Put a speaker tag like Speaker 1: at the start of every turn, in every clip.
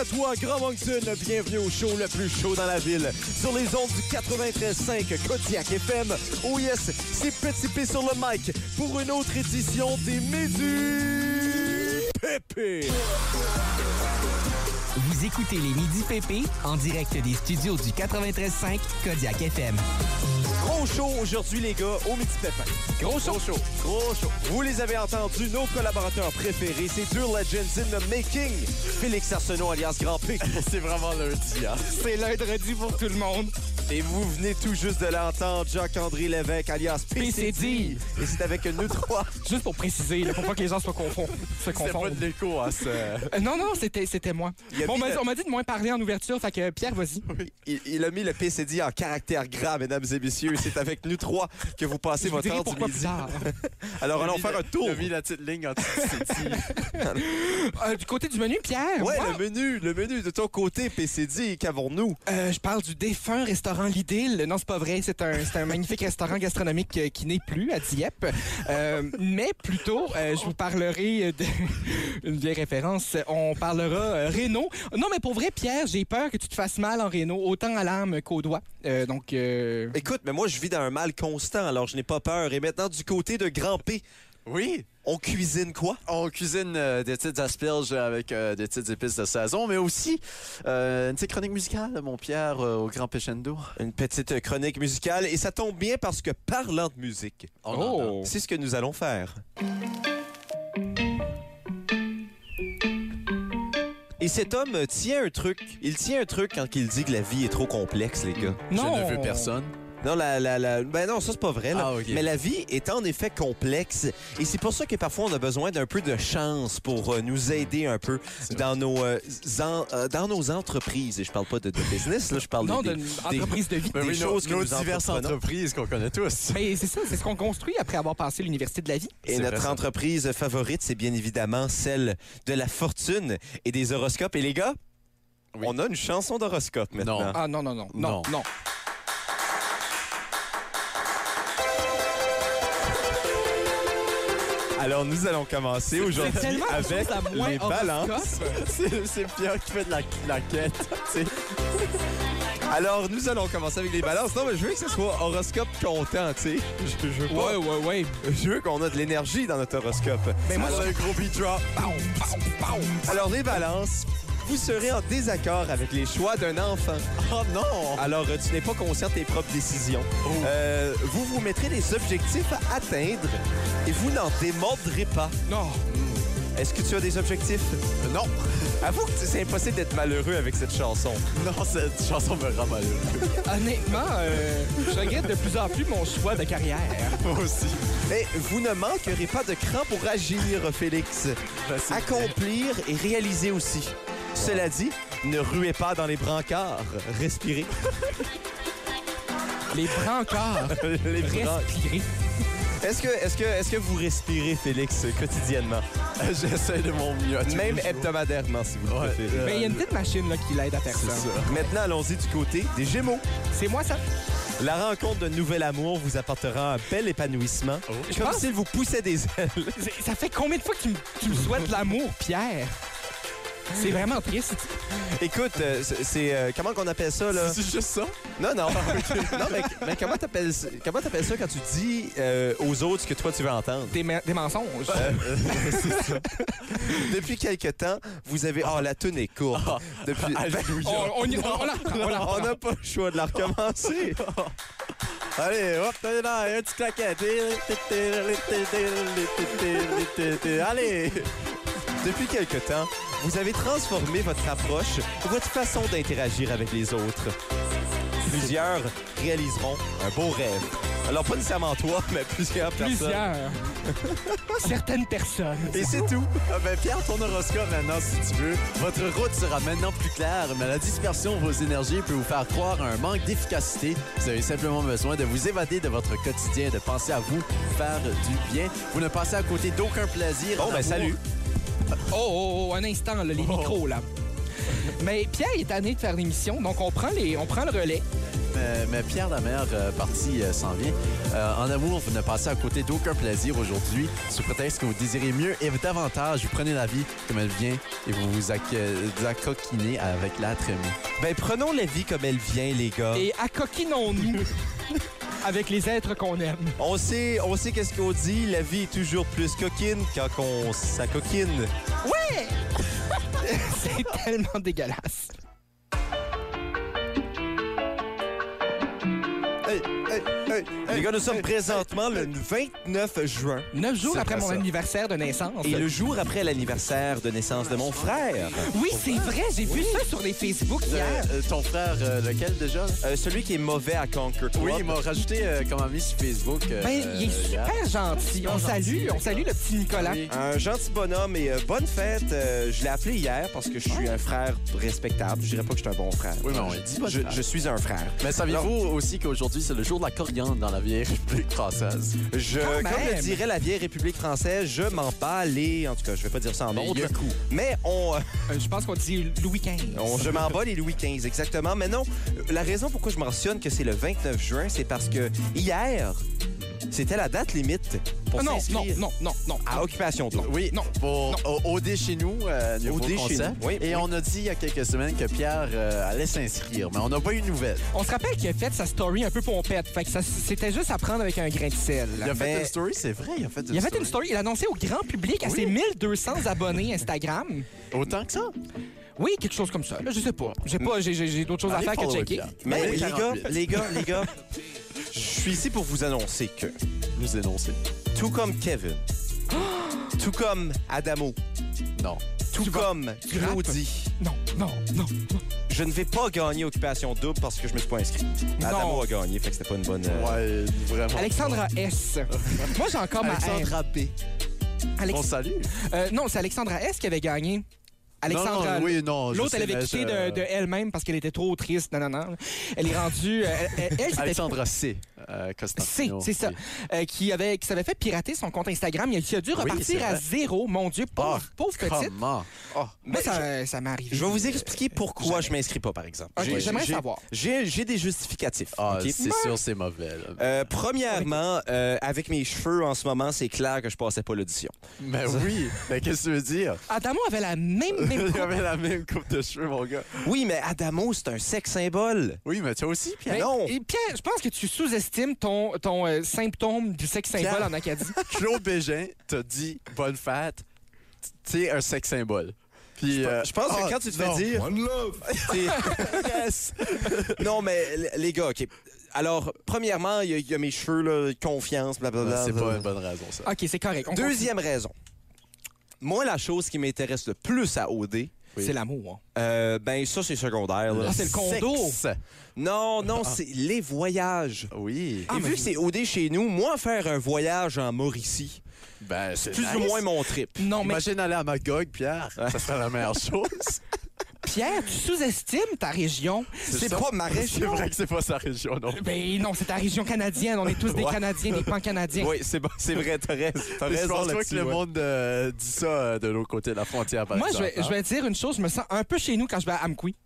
Speaker 1: à toi, Grand Moncton. Bienvenue au show le plus chaud dans la ville. Sur les ondes du 93.5 Kodiak FM. Oh yes, c'est Petit P sur le mic pour une autre édition des Médus Pépé.
Speaker 2: Vous écoutez les Midi PP en direct des studios du 93.5 Kodiak FM.
Speaker 1: Gros show aujourd'hui, les gars, au Midi Pépin.
Speaker 3: Gros show. Gros show.
Speaker 1: Gros show. Vous les avez entendus, nos collaborateurs préférés, c'est Deux Legends in the Making. Félix Arsenault, alias Grand P.
Speaker 3: C'est vraiment lundi, hein?
Speaker 4: C'est lundi pour tout le monde.
Speaker 1: Et vous venez tout juste de l'entendre, Jacques-André Lévesque, alias PCD.
Speaker 4: PCD.
Speaker 1: Et c'est avec nous trois.
Speaker 4: Juste pour préciser, là, pour pas que les gens se confondent. Se
Speaker 3: C'est pas
Speaker 4: confondent.
Speaker 3: de l'écho, hein, ça.
Speaker 4: Euh, non, non, c'était c'était moi.
Speaker 1: Il a
Speaker 4: Bon, on
Speaker 1: mis
Speaker 4: m'a dit-
Speaker 1: le-
Speaker 4: on m'a dit de moins parler en ouverture, fait que euh, Pierre, vas-y.
Speaker 1: Il, il a mis le PCD en caractère gras, mesdames et messieurs. C'est avec nous trois que vous passez
Speaker 4: Je vous
Speaker 1: votre
Speaker 4: dirai
Speaker 1: temps du
Speaker 4: pourquoi plus
Speaker 1: midi.
Speaker 4: tard.
Speaker 1: Alors, allons faire un tour.
Speaker 3: J'ai mis la petite ligne en dessous de ses tirs.
Speaker 4: Euh, du côté du menu, Pierre,
Speaker 1: Ouais,
Speaker 4: moi,
Speaker 1: le menu, le menu de ton côté, PCD, qu'avons-nous?
Speaker 4: euh, je parle du défunt restaurant L'Idylle. Non, c'est pas vrai, c'est un, c'est un magnifique restaurant gastronomique euh, qui n'est plus à Dieppe. Euh, mais plutôt, euh, je vous parlerai d'une vieille référence. On parlera euh, Renault. Non, mais pour vrai, Pierre, j'ai peur que tu te fasses mal en Renault, autant à l'âme qu'au doigt. Euh, donc, euh,
Speaker 1: Écoute, mais moi, je vis dans un mal constant, alors je n'ai pas peur. Et maintenant, du côté de Grand P,
Speaker 3: Oui,
Speaker 1: on cuisine quoi?
Speaker 3: on cuisine euh, des petites asperges avec euh, des petites épices de saison, mais aussi euh, une petite chronique musicale, mon Pierre, euh, au Grand Pechendo.
Speaker 1: Une petite chronique musicale. Et ça tombe bien parce que parlant de musique,
Speaker 4: oh.
Speaker 1: c'est ce que nous allons faire. Et cet homme tient un truc. Il tient un truc quand il dit que la vie est trop complexe, les gars.
Speaker 4: Non.
Speaker 3: Je ne veux personne.
Speaker 1: Non, la, la, la- ben non, ça c'est pas vrai. là.
Speaker 3: Ah, ok.
Speaker 1: Mais la vie est en effet complexe et c'est pour ça que parfois on a besoin d'un peu de chance pour euh, nous aider un peu dans nos, euh, en- euh, dans nos entreprises. Et je parle pas de, de business, là, je parle
Speaker 4: Non,
Speaker 1: de,
Speaker 4: d'une entreprise de vie.
Speaker 1: Des
Speaker 3: nos-
Speaker 1: choses que
Speaker 3: Ben nos
Speaker 1: nous
Speaker 3: diverses
Speaker 1: entreprenons.
Speaker 3: entreprises qu'on connaît tous.
Speaker 4: Mais c'est ça, c'est ce qu'on construit après avoir passé l'université de la vie.
Speaker 1: Et
Speaker 3: C'est
Speaker 1: notre
Speaker 3: vrai, ça.
Speaker 1: entreprise favorite, c'est bien évidemment celle de la fortune et des horoscopes. Et les gars,
Speaker 3: Oui.
Speaker 1: on a une chanson d'horoscope maintenant.
Speaker 3: Non.
Speaker 4: Ah non, non, non,
Speaker 3: Non.
Speaker 4: non, non.
Speaker 1: Alors nous allons commencer
Speaker 4: C'est
Speaker 1: aujourd'hui
Speaker 4: tellement la
Speaker 1: avec
Speaker 4: chose la moins
Speaker 1: les balances.
Speaker 4: horoscope.
Speaker 3: C'est c'est Pierre qui fait de la, la quête. tu sais.
Speaker 1: Alors nous allons commencer avec les balances. Non mais je veux que ce soit horoscope content, tu sais. Je, je veux pas-
Speaker 4: Ouais, ouais, ouais.
Speaker 1: Je veux qu'on a de l'énergie dans notre horoscope.
Speaker 4: Mais moi,
Speaker 1: Alors,
Speaker 4: je-
Speaker 1: un gros beat drop.
Speaker 4: Pow, pow, pow.
Speaker 1: Alors, les balances, vous serez en désaccord avec les choix d'un enfant.
Speaker 3: Oh non! Oh.
Speaker 1: Alors, euh, tu n'es pas conscient de tes propres décisions. Euh, vous vous mettrez des objectifs à atteindre et vous n'en démordrez pas.
Speaker 4: Non.
Speaker 1: Est-ce que tu as des objectifs?
Speaker 3: Non!
Speaker 1: Avoue que c'est impossible d'être malheureux avec cette chanson.
Speaker 3: Non, cette chanson me rend malheureux.
Speaker 4: Honnêtement, euh, je regrette de plus en plus mon choix de carrière.
Speaker 3: Moi aussi.
Speaker 1: Mais vous ne manquerez pas de cran pour agir, Félix.
Speaker 3: Facile.
Speaker 1: Accomplir et réaliser aussi. Cela dit, ne ruez pas dans les brancards. Respirez.
Speaker 4: Les brancards.
Speaker 1: les brancards.
Speaker 4: Respirer.
Speaker 1: Est-ce que, est-ce que, est-ce que vous respirez, Félix, quotidiennement?
Speaker 3: J'essaie de mon mieux. à tous
Speaker 1: Même
Speaker 3: les jours.
Speaker 1: hebdomadairement, si vous le
Speaker 3: Ouais,
Speaker 1: préférez.
Speaker 3: euh,
Speaker 4: Mais il y a une petite machine là, qui l'aide à faire
Speaker 3: C'est
Speaker 4: ça.
Speaker 3: ça.
Speaker 1: Maintenant, allons-y du côté des Gémeaux.
Speaker 4: C'est moi ça.
Speaker 1: La rencontre d'un nouvel amour vous apportera un bel épanouissement.
Speaker 3: Oh.
Speaker 1: Comme
Speaker 4: pense-
Speaker 1: s'il vous poussait des ailes.
Speaker 4: C'est- Ça fait combien de fois que tu me, tu me souhaites l'amour, Pierre? C'est vraiment triste.
Speaker 1: Écoute, euh, c'est- c'est... euh, comment qu'on appelle ça, là?
Speaker 3: C'est juste ça?
Speaker 1: Non, non. non, mais, mais comment t'appelles comment t'appelles ça quand tu dis euh, aux autres ce que toi, tu veux entendre?
Speaker 4: Des, men- des mensonges.
Speaker 1: Euh, Depuis quelque temps, vous avez... Oh, la toune est courte.
Speaker 3: Ah,
Speaker 1: Depuis...
Speaker 4: on, on, y- on, on la reprend, on la reprend.
Speaker 1: On n'a pas le choix de la recommencer.
Speaker 3: Allez, hop, t'es là, un petit claquette. Allez!
Speaker 1: Depuis quelque temps, vous avez transformé votre approche, votre façon d'interagir avec les autres. Plusieurs réaliseront un beau rêve. Alors pas nécessairement toi, mais plusieurs, personnes.
Speaker 4: Plusieurs. Certaines personnes.
Speaker 3: Et c'est tout. Ah ben, Pierre, ton horoscope maintenant, si tu veux. Votre route sera maintenant plus claire, mais la dispersion de vos énergies peut vous faire croire à un manque d'efficacité. Vous avez simplement besoin de vous évader de votre quotidien, de penser à vous, faire du bien. Vous ne passez à côté d'aucun plaisir.
Speaker 1: Bon,
Speaker 3: en
Speaker 1: ben
Speaker 3: amour.
Speaker 1: salut.
Speaker 4: Oh, oh, oh, un instant, là, les micros, là. Mais Pierre est tanné de faire l'émission, donc on prend, les, on prend le relais.
Speaker 3: mais, mais Pierre Lamère, euh, partie euh, s'en vient. Euh, en amour, vous ne passez à côté d'aucun plaisir aujourd'hui, sous prétexte que vous désirez mieux et davantage. Vous prenez la vie comme elle vient et vous vous acc- vous accoquinez avec l'âtre aimé.
Speaker 1: Ben, prenons la vie comme elle vient, les gars.
Speaker 4: Et accoquinons-nous avec les êtres qu'on aime.
Speaker 1: On sait, on sait qu'est-ce qu'on dit, la vie est toujours plus coquine quand on s'acoquine.
Speaker 4: C'est tellement dégueulasse.
Speaker 1: Les gars, nous sommes présentement le 29 juin.
Speaker 4: Neuf jours
Speaker 1: C'est
Speaker 4: après
Speaker 1: vrai,
Speaker 4: mon
Speaker 1: ça.
Speaker 4: anniversaire de naissance.
Speaker 1: Et le jour après l'anniversaire de naissance de mon frère,
Speaker 4: Oui, c'est vrai, j'ai vu ça sur les Facebook
Speaker 3: Euh,
Speaker 4: hier.
Speaker 3: euh, ton frère, euh, lequel déjà?
Speaker 1: euh, celui qui est mauvais à Conquer
Speaker 3: Oui, il
Speaker 1: Club,
Speaker 3: m'a rajouté euh, comme ami sur Facebook. euh,
Speaker 4: Ben, il est
Speaker 3: euh, hier.
Speaker 4: super gentil. On salue, on salue le petit Nicolas.
Speaker 3: Oui.
Speaker 1: un gentil bonhomme et euh, bonne fête. Euh, je l'ai appelé hier parce que je suis un frère respectable. Je dirais pas que je suis un bon frère.
Speaker 3: Oui, mais on dit pas
Speaker 1: Je, je suis un frère.
Speaker 3: Mais saviez-vous aussi qu'aujourd'hui, c'est le jour de la coriandre dans la vieille République française?
Speaker 1: Je,
Speaker 4: Quand
Speaker 1: comme
Speaker 4: même.
Speaker 1: le dirait la vieille République française, je m'en bats les... En tout cas, je vais pas dire ça en
Speaker 3: il y a
Speaker 1: autre.
Speaker 3: le coup.
Speaker 1: Mais on...
Speaker 4: Euh, Je pense qu'on dit Louis XV.
Speaker 1: On- je m'en bats les Louis XV, exactement. Mais non, la raison pourquoi je mentionne que c'est le 29 juin, c'est parce que hier, c'était la date limite pour
Speaker 4: Ah non, non,
Speaker 1: s'inscrire
Speaker 4: non, non, non.
Speaker 1: à Occupation de l'eau.
Speaker 3: Oui,
Speaker 4: Non.
Speaker 3: Pour au- OD chez nous, euh, nouveau
Speaker 1: OD chez
Speaker 3: concept.
Speaker 1: nous, oui,
Speaker 3: Et
Speaker 1: oui.
Speaker 3: on a dit il y a quelques semaines que Pierre euh, allait s'inscrire, mais on n'a pas eu de nouvelles.
Speaker 4: On se rappelle qu'il a fait sa story un peu pompette. Fait que ça, c'était juste à prendre avec un grain de sel. Ben,
Speaker 3: Il a fait
Speaker 1: mais-
Speaker 3: une story, c'est vrai, il a fait une
Speaker 4: Il a fait
Speaker 3: story.
Speaker 4: une story, il a annoncé au grand public à ses 1200 abonnés Instagram.
Speaker 3: Autant que ça.
Speaker 4: Oui, quelque chose comme ça. Là, je sais pas. J'ai pas, j'ai- j'ai j'ai d'autres choses à
Speaker 3: Allez,
Speaker 4: faire que
Speaker 3: follow
Speaker 4: checker.
Speaker 3: Pierre.
Speaker 1: Mais
Speaker 3: Allez,
Speaker 1: les gars,
Speaker 3: 48.
Speaker 1: les gars, les gars, je suis ici pour vous annoncer que,
Speaker 3: Nous énoncer.
Speaker 1: tout comme Kevin, tout comme Adamo,
Speaker 3: Non.
Speaker 1: tout comme
Speaker 4: grappes?
Speaker 1: Claudie,
Speaker 4: Non, non, non.
Speaker 1: je ne vais pas gagner Occupation Double parce que je me suis pas inscrit. Adamo a gagné, fait que c'était pas une bonne... euh,
Speaker 3: Ouais, vraiment.
Speaker 4: Alexandra S. Moi, j'ai encore ma haine.
Speaker 3: Alexandra P.
Speaker 4: Alex-
Speaker 3: On salue.
Speaker 4: Euh, non, c'est Alexandra S qui avait gagné. Alexandra.
Speaker 3: Non, non, oui, non. je
Speaker 4: L'autre, elle
Speaker 3: sais,
Speaker 4: avait
Speaker 3: mais
Speaker 4: quitté
Speaker 3: je-
Speaker 4: de, de elle-même parce qu'elle était trop triste. Non, non, non. Elle est rendue. euh, elle, elle, c'était
Speaker 3: Alexandra C. Euh,
Speaker 4: C,
Speaker 3: Costantino.
Speaker 4: c'est ça,
Speaker 3: Oui.
Speaker 4: euh, qui, avait, qui s'avait fait pirater son compte Instagram. Il a- il a dû
Speaker 3: c'est
Speaker 4: repartir
Speaker 3: vrai. Ah,
Speaker 4: à zéro. Mon Dieu, pauvre, pauvre petite.
Speaker 3: Comment?
Speaker 4: Moi, ça, ça m'est arrivé.
Speaker 1: Ah. Je vais vous expliquer pourquoi je m'inscris pas, par exemple.
Speaker 4: Ok,
Speaker 1: J'ai-
Speaker 4: J'aimerais
Speaker 1: j'ai-
Speaker 4: savoir.
Speaker 1: J'ai j'ai des justificatifs.
Speaker 3: Ah,
Speaker 1: ok?
Speaker 3: c'est sûr, c'est mauvais. là.
Speaker 1: Euh, premièrement, euh, avec mes cheveux en ce moment, c'est clair que je passais pas l'audition.
Speaker 3: Mais Ben oui, mais qu'est-ce que tu veux dire?
Speaker 4: Adamo avait la même. même
Speaker 3: Il avait la même coupe de cheveux, mon gars.
Speaker 1: Oui, mais Adamo, c'est un sexe symbole.
Speaker 3: Oui, mais toi aussi, Pierre.
Speaker 4: Mais-
Speaker 1: non.
Speaker 4: Et Pierre, je pense que tu sous-estimes ton, ton euh, symptôme du sexe symbole
Speaker 3: Pierre.
Speaker 4: en Acadie.
Speaker 3: Claude Bégin t'a dit bonne fête, tu es un sexe symbole. Puis, euh,
Speaker 1: Je pense
Speaker 3: ah,
Speaker 1: que quand tu te
Speaker 3: non.
Speaker 1: fais dire... t'es- non, mais l- les gars, OK. Alors, premièrement, il y, a- il y a mes cheveux, là, confiance, blablabla.
Speaker 3: Ah, C'est pas une bonne raison, ça.
Speaker 4: OK, c'est correct. On
Speaker 1: Deuxième raison. Moi, la chose qui m'intéresse le plus à OD,
Speaker 4: continue. C'est l'amour. hein.
Speaker 1: euh, ben ça, c'est secondaire. là.
Speaker 4: Ah, c'est le condo. Ah.
Speaker 3: Sexe.
Speaker 1: Non, non, c'est les voyages.
Speaker 3: Oui.
Speaker 1: Et vu que c'est OD chez nous, moi, faire un voyage en Mauricie,
Speaker 3: Ben, c'est
Speaker 1: plus
Speaker 3: nice.
Speaker 1: ou moins mon trip.
Speaker 4: Non, mais
Speaker 3: Imagine aller à Magog, Pierre. Ça serait la meilleure chose.
Speaker 4: Pierre, tu sous-estimes ta région.
Speaker 1: C'est
Speaker 3: ça.
Speaker 1: pas ma
Speaker 3: C'est
Speaker 1: région.
Speaker 3: vrai que c'est pas sa région, non.
Speaker 4: Ben non, c'est ta région canadienne. On est tous des
Speaker 1: Ouais.
Speaker 4: Canadiens, des pan-canadiens.
Speaker 1: Oui, c'est bon, c'est vrai, t'as raison. T'as
Speaker 3: Mais Je
Speaker 1: raison
Speaker 3: pense pas
Speaker 1: là-dessus,
Speaker 3: que le
Speaker 1: ouais.
Speaker 3: monde euh, dit ça euh, de l'autre côté de la frontière, par
Speaker 4: Moi, je
Speaker 3: exemple,
Speaker 4: vais, je
Speaker 3: hein.
Speaker 4: vais dire une chose. Je me sens un peu chez nous quand je vais à Amqui.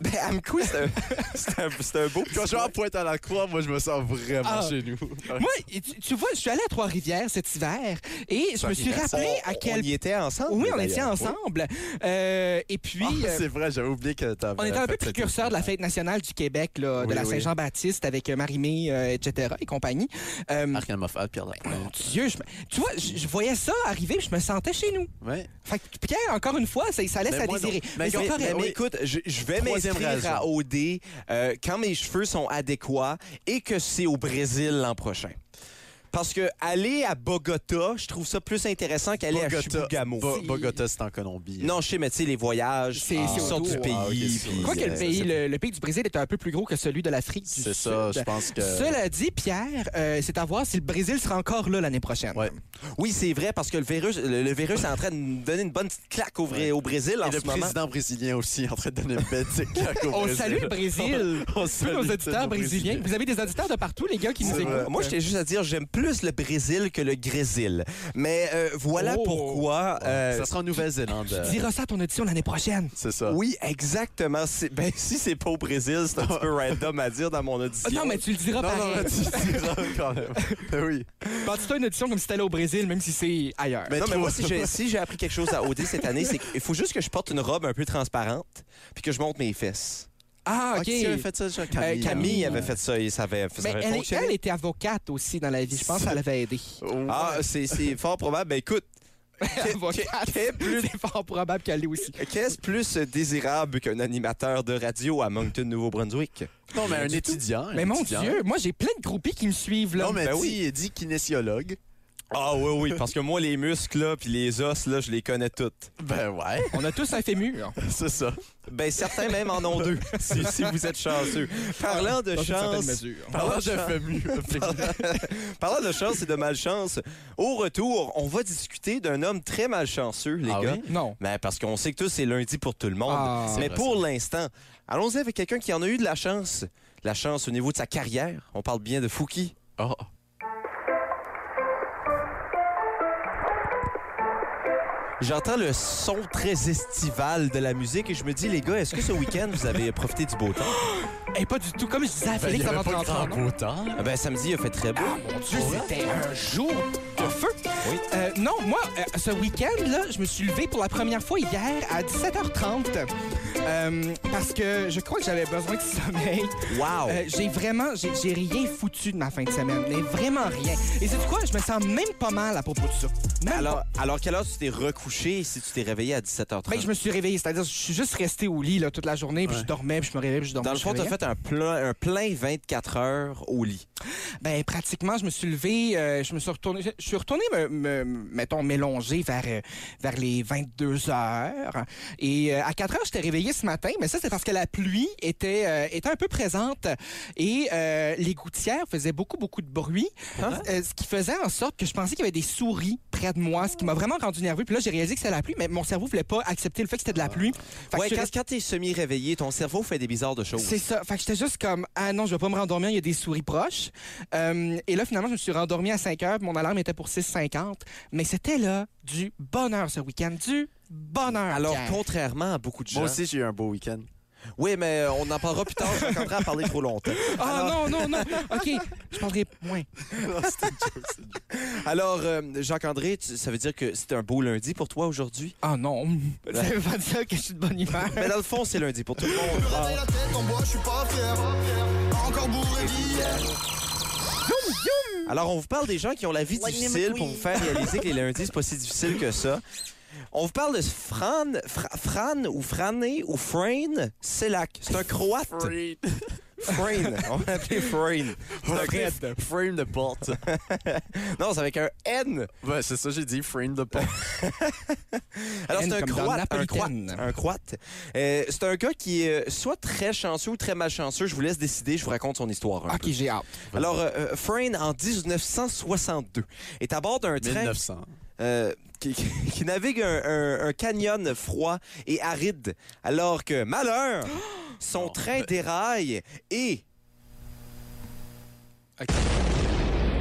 Speaker 1: Ben, Amqui, c'est un, c'est un- c'est un beau petit
Speaker 3: Quand je vais à pointe à la croix, moi, je me sens vraiment
Speaker 4: Ah.
Speaker 3: chez nous.
Speaker 4: Moi, tu, tu vois, je suis allé à Trois-Rivières cet hiver et je me suis
Speaker 1: coin.
Speaker 4: rappelé
Speaker 1: On-
Speaker 4: à quel
Speaker 1: On y était ensemble.
Speaker 4: Oui, on était
Speaker 1: d'ailleurs.
Speaker 4: ensemble. Euh, et puis,
Speaker 3: Ah,
Speaker 4: euh,
Speaker 3: c'est vrai, j'avais oublié que t'avais.
Speaker 4: on était un peu
Speaker 3: fait Euh, cette
Speaker 4: précurseur de la fête nationale du Québec, là, de
Speaker 3: Oui,
Speaker 4: la
Speaker 3: oui.
Speaker 4: Saint-Jean-Baptiste avec euh, Marie-Mé, euh, etc. et compagnie. Euh,
Speaker 3: Marc Lamoffat, Pierre Lapointe.
Speaker 4: mon Dieu, je me- tu vois, je, je voyais ça arriver puis je me sentais chez nous.
Speaker 3: Ouais.
Speaker 4: Fait que Pierre, encore une fois, ça, ça laisse
Speaker 3: Mais
Speaker 4: à
Speaker 3: Ben, moi, non.
Speaker 4: désirer.
Speaker 3: Mais
Speaker 4: Mais c'est
Speaker 1: Mais,
Speaker 4: correct.
Speaker 1: mais- mais
Speaker 3: Eh, Oui.
Speaker 1: écoute, je, je vais
Speaker 3: Troisième
Speaker 1: m'inscrire à
Speaker 3: raison.
Speaker 1: OD euh, quand mes cheveux sont adéquats et que c'est au Brésil l'an prochain. Parce que aller à Bogota, je trouve ça plus intéressant qu'aller à Chibougamau.
Speaker 3: Bo- Bogota, c'est en Colombie.
Speaker 1: Non, je sais, mais tu sais, les voyages,
Speaker 4: C'est-
Speaker 1: ils
Speaker 4: c'est
Speaker 1: sortent
Speaker 4: autour.
Speaker 1: du pays.
Speaker 3: Ah, ok, c'est-
Speaker 1: puis,
Speaker 4: Quoi que le
Speaker 1: euh,
Speaker 4: pays, le, le pays du Brésil est un peu plus gros que celui de l'Afrique du
Speaker 3: C'est
Speaker 4: Sud.
Speaker 3: ça, je pense que.
Speaker 4: Cela dit, Pierre, euh, c'est à voir si le Brésil sera encore là l'année prochaine.
Speaker 3: Ouais.
Speaker 1: Oui, c'est vrai, parce que le virus, le, le virus est en train de nous donner une bonne petite claque au, Vré- au Brésil en
Speaker 3: Et le
Speaker 1: ce moment.
Speaker 3: président brésilien aussi en train de donner une bête claque au
Speaker 4: On
Speaker 3: Brésil.
Speaker 4: salue le Brésil.
Speaker 3: On
Speaker 4: Tous
Speaker 3: salue
Speaker 4: nos
Speaker 3: tous
Speaker 4: auditeurs
Speaker 3: nos
Speaker 4: brésiliens. Vous avez des auditeurs de partout, les gars, qui nous
Speaker 3: C'est
Speaker 4: écoutent.
Speaker 3: vrai.
Speaker 1: Moi, j'étais juste à dire, j'aime plus plus le Brésil que le Grésil. Mais euh, voilà
Speaker 4: Oh.
Speaker 1: pourquoi... euh,
Speaker 3: Ça sera en Nouvelle-Zélande.
Speaker 4: Tu diras ça à ton audition l'année prochaine.
Speaker 3: C'est ça.
Speaker 1: oui, exactement. C'est- Ben, si c'est pas au Brésil, c'est un petit peu random à dire dans mon audition.
Speaker 4: Ah, non, mais tu le diras
Speaker 3: Non, non,
Speaker 4: pareil.
Speaker 3: tu diras quand même. Ben oui.
Speaker 4: Pense-toi une audition comme si t'allais au Brésil, même si c'est ailleurs.
Speaker 1: non, mais moi,
Speaker 3: trop.
Speaker 1: si j'ai si j'ai appris quelque chose à OD cette année, c'est qu'il faut juste que je porte une robe un peu transparente puis que je monte mes fesses.
Speaker 4: Ah, OK.
Speaker 3: Qui avait fait ça, genre, Camille?
Speaker 4: Euh,
Speaker 1: Camille avait fait ça et ça avait, ça
Speaker 4: Mais
Speaker 1: avait
Speaker 4: elle, est-
Speaker 1: fonctionné.
Speaker 4: elle était avocate aussi dans la vie. Je pense qu'elle avait aidé.
Speaker 1: Ah, c'est- c'est fort probable. Ben écoute,
Speaker 4: avocate.
Speaker 1: qu'est- plus-
Speaker 4: C'est fort probable qu'elle l'ait aussi.
Speaker 1: qu'est-ce plus désirable qu'un animateur de radio à Moncton, Nouveau-Brunswick?
Speaker 3: Non, Ah, mais un étudiant. un
Speaker 4: Mais mon
Speaker 3: étudiant.
Speaker 4: Dieu, moi, j'ai plein de groupies qui me suivent. Là.
Speaker 3: Non, mais
Speaker 1: Ben
Speaker 3: dis-
Speaker 1: oui.
Speaker 3: dis kinésiologue.
Speaker 1: Ah oui, oui, parce que moi, les muscles, là, puis les os, là, je les connais toutes.
Speaker 3: Ben ouais, Ah,
Speaker 4: On a tous un fémur.
Speaker 3: c'est ça.
Speaker 1: Ben certains même en ont deux, si, si vous êtes chanceux. Parlant de
Speaker 4: Dans une certaine
Speaker 1: chance,
Speaker 4: mesure.
Speaker 3: Parlant de FMU.
Speaker 1: Parlant de chance et de malchance, au retour, on va discuter d'un homme très malchanceux, les
Speaker 3: Ah
Speaker 1: gars.
Speaker 3: oui?
Speaker 4: Non.
Speaker 1: Ben, parce qu'on sait que tous, c'est lundi pour tout le monde.
Speaker 4: Ah.
Speaker 1: Mais
Speaker 3: C'est vrai,
Speaker 1: pour l'instant, allons-y avec quelqu'un qui en a eu de la chance. La chance au niveau de sa carrière. On parle bien de Fouki.
Speaker 3: Oh.
Speaker 1: J'entends le son très estival de la musique et je me dis, les gars, est-ce que ce week-end, vous avez profité du beau temps?
Speaker 4: Eh, pas du tout. Comme je disais à
Speaker 3: Ben, il
Speaker 4: Félix
Speaker 3: y avait
Speaker 4: avant de
Speaker 3: pas
Speaker 4: rentrer en
Speaker 3: grand
Speaker 4: onde.
Speaker 3: beau temps.
Speaker 1: Ah Ben, samedi, il a fait très beau.
Speaker 4: Ah, mon Dieu, c'était un jour de feu.
Speaker 1: Oui.
Speaker 4: Euh, non, moi, euh, ce week-end, là, je me suis levé pour la première fois hier à 17h30 euh, parce que je crois que j'avais besoin de sommeil.
Speaker 1: Wow!
Speaker 4: Euh, j'ai vraiment, j'ai j'ai rien foutu de ma fin de semaine, mais vraiment rien. Et c'est quoi? Je me sens même pas mal à propos de ça. Même
Speaker 1: Alors,
Speaker 4: pas.
Speaker 1: alors, quelle heure tu t'es recouché si tu t'es réveillé à 17h30?
Speaker 4: Ben, je me suis réveillé, c'est-à-dire, je suis juste resté au lit là, toute la journée, puis je dormais, puis je me réveillais, puis je dormais.
Speaker 1: Dans le
Speaker 4: je
Speaker 1: fond,
Speaker 4: me
Speaker 1: t'as
Speaker 4: réveillais.
Speaker 1: fait un plein, un plein 24 heures au lit.
Speaker 4: Ben, pratiquement, je me suis levé, euh, je me suis retourné, je suis retourné me, me- mettons, m'élonger vers, euh, vers les 22 heures. Et euh, à 4 heures, j'étais réveillé ce matin, mais ça, c'est parce que la pluie était, euh, était un peu présente et euh, les gouttières faisaient beaucoup, beaucoup de bruit,
Speaker 1: Hein?
Speaker 4: Euh, ce qui faisait en sorte que je pensais qu'il y avait des souris près de moi, ce qui m'a vraiment rendu nerveux. Puis là, j'ai réalisé que c'était la pluie, mais mon cerveau voulait pas accepter le fait que c'était de la pluie. Fait que
Speaker 1: Ah. ouais,
Speaker 4: je suis
Speaker 1: quand, quand t'es semi-réveillé, ton cerveau fait des bizarres de choses.
Speaker 4: c'est ça. Fait que j'étais juste comme, ah non, je vais pas me rendormir, il y a des souris proches. Euh, et là, finalement, je me suis rendormi à 5 heures, puis mon alarme était pour 6h50. Mais c'était là du bonheur ce week-end, du bonheur.
Speaker 1: Alors,
Speaker 4: Pierre.
Speaker 1: contrairement à beaucoup de gens.
Speaker 3: Moi aussi, j'ai eu un beau week-end.
Speaker 1: Oui, mais euh, on en parlera plus tard. Je suis en train de parler trop longtemps.
Speaker 4: Ah non, non, non. OK, je parlerai moins.
Speaker 1: Alors, euh, Jacques-André, tu- ça veut dire que c'est un beau lundi pour toi aujourd'hui?
Speaker 4: Ah non. Ça veut pas dire que je suis de bonne humeur.
Speaker 1: Mais dans le fond, c'est lundi pour tout le monde.
Speaker 5: Rater la tête en bois, je suis pas fier. Encore bourré d'hier.
Speaker 1: Alors, on vous parle des gens qui ont la vie difficile pour vous faire réaliser que les lundis, c'est pas si difficile que ça. On vous parle de Fran, Fra- Fran ou Frané ou Frain Selak. C'est un croate. Frain. On va l'appeler Frain.
Speaker 3: Frame frame de porte.
Speaker 1: Non, c'est avec un N.
Speaker 3: Ouais, c'est ça, j'ai dit, frame de porte.
Speaker 1: Alors,
Speaker 4: N
Speaker 1: c'est un
Speaker 4: comme dans
Speaker 1: croate. Un croate.
Speaker 4: napolitaine.
Speaker 1: un croate. Euh, c'est un gars qui est euh, soit très chanceux ou très malchanceux. Je vous laisse décider. Je vous raconte son histoire. un
Speaker 4: OK, j'ai hâte.
Speaker 1: peu. Alors, euh, euh, Frain, en 1962, est à bord d'un train
Speaker 3: 1900.
Speaker 1: euh, qui, qui- qui navigue un, un- un canyon froid et aride. Alors que, malheur, son train déraille et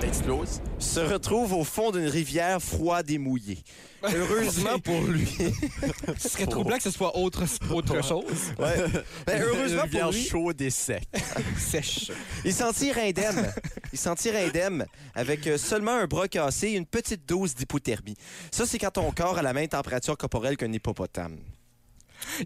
Speaker 3: Explose.
Speaker 1: se retrouve au fond d'une rivière froide et mouillée. Heureusement pour lui.
Speaker 4: Ce serait troublant que ce soit autre, autre chose.
Speaker 1: Ouais. Ben, heureusement
Speaker 3: Une bière
Speaker 1: pour lui.
Speaker 3: chaude et sec.
Speaker 4: Sèche.
Speaker 1: Il s'en tire indemne. Il s'en tire indemne avec euh, seulement un bras cassé et une petite dose d'hypothermie. Ça, c'est quand ton corps a la même température corporelle qu'un hippopotame.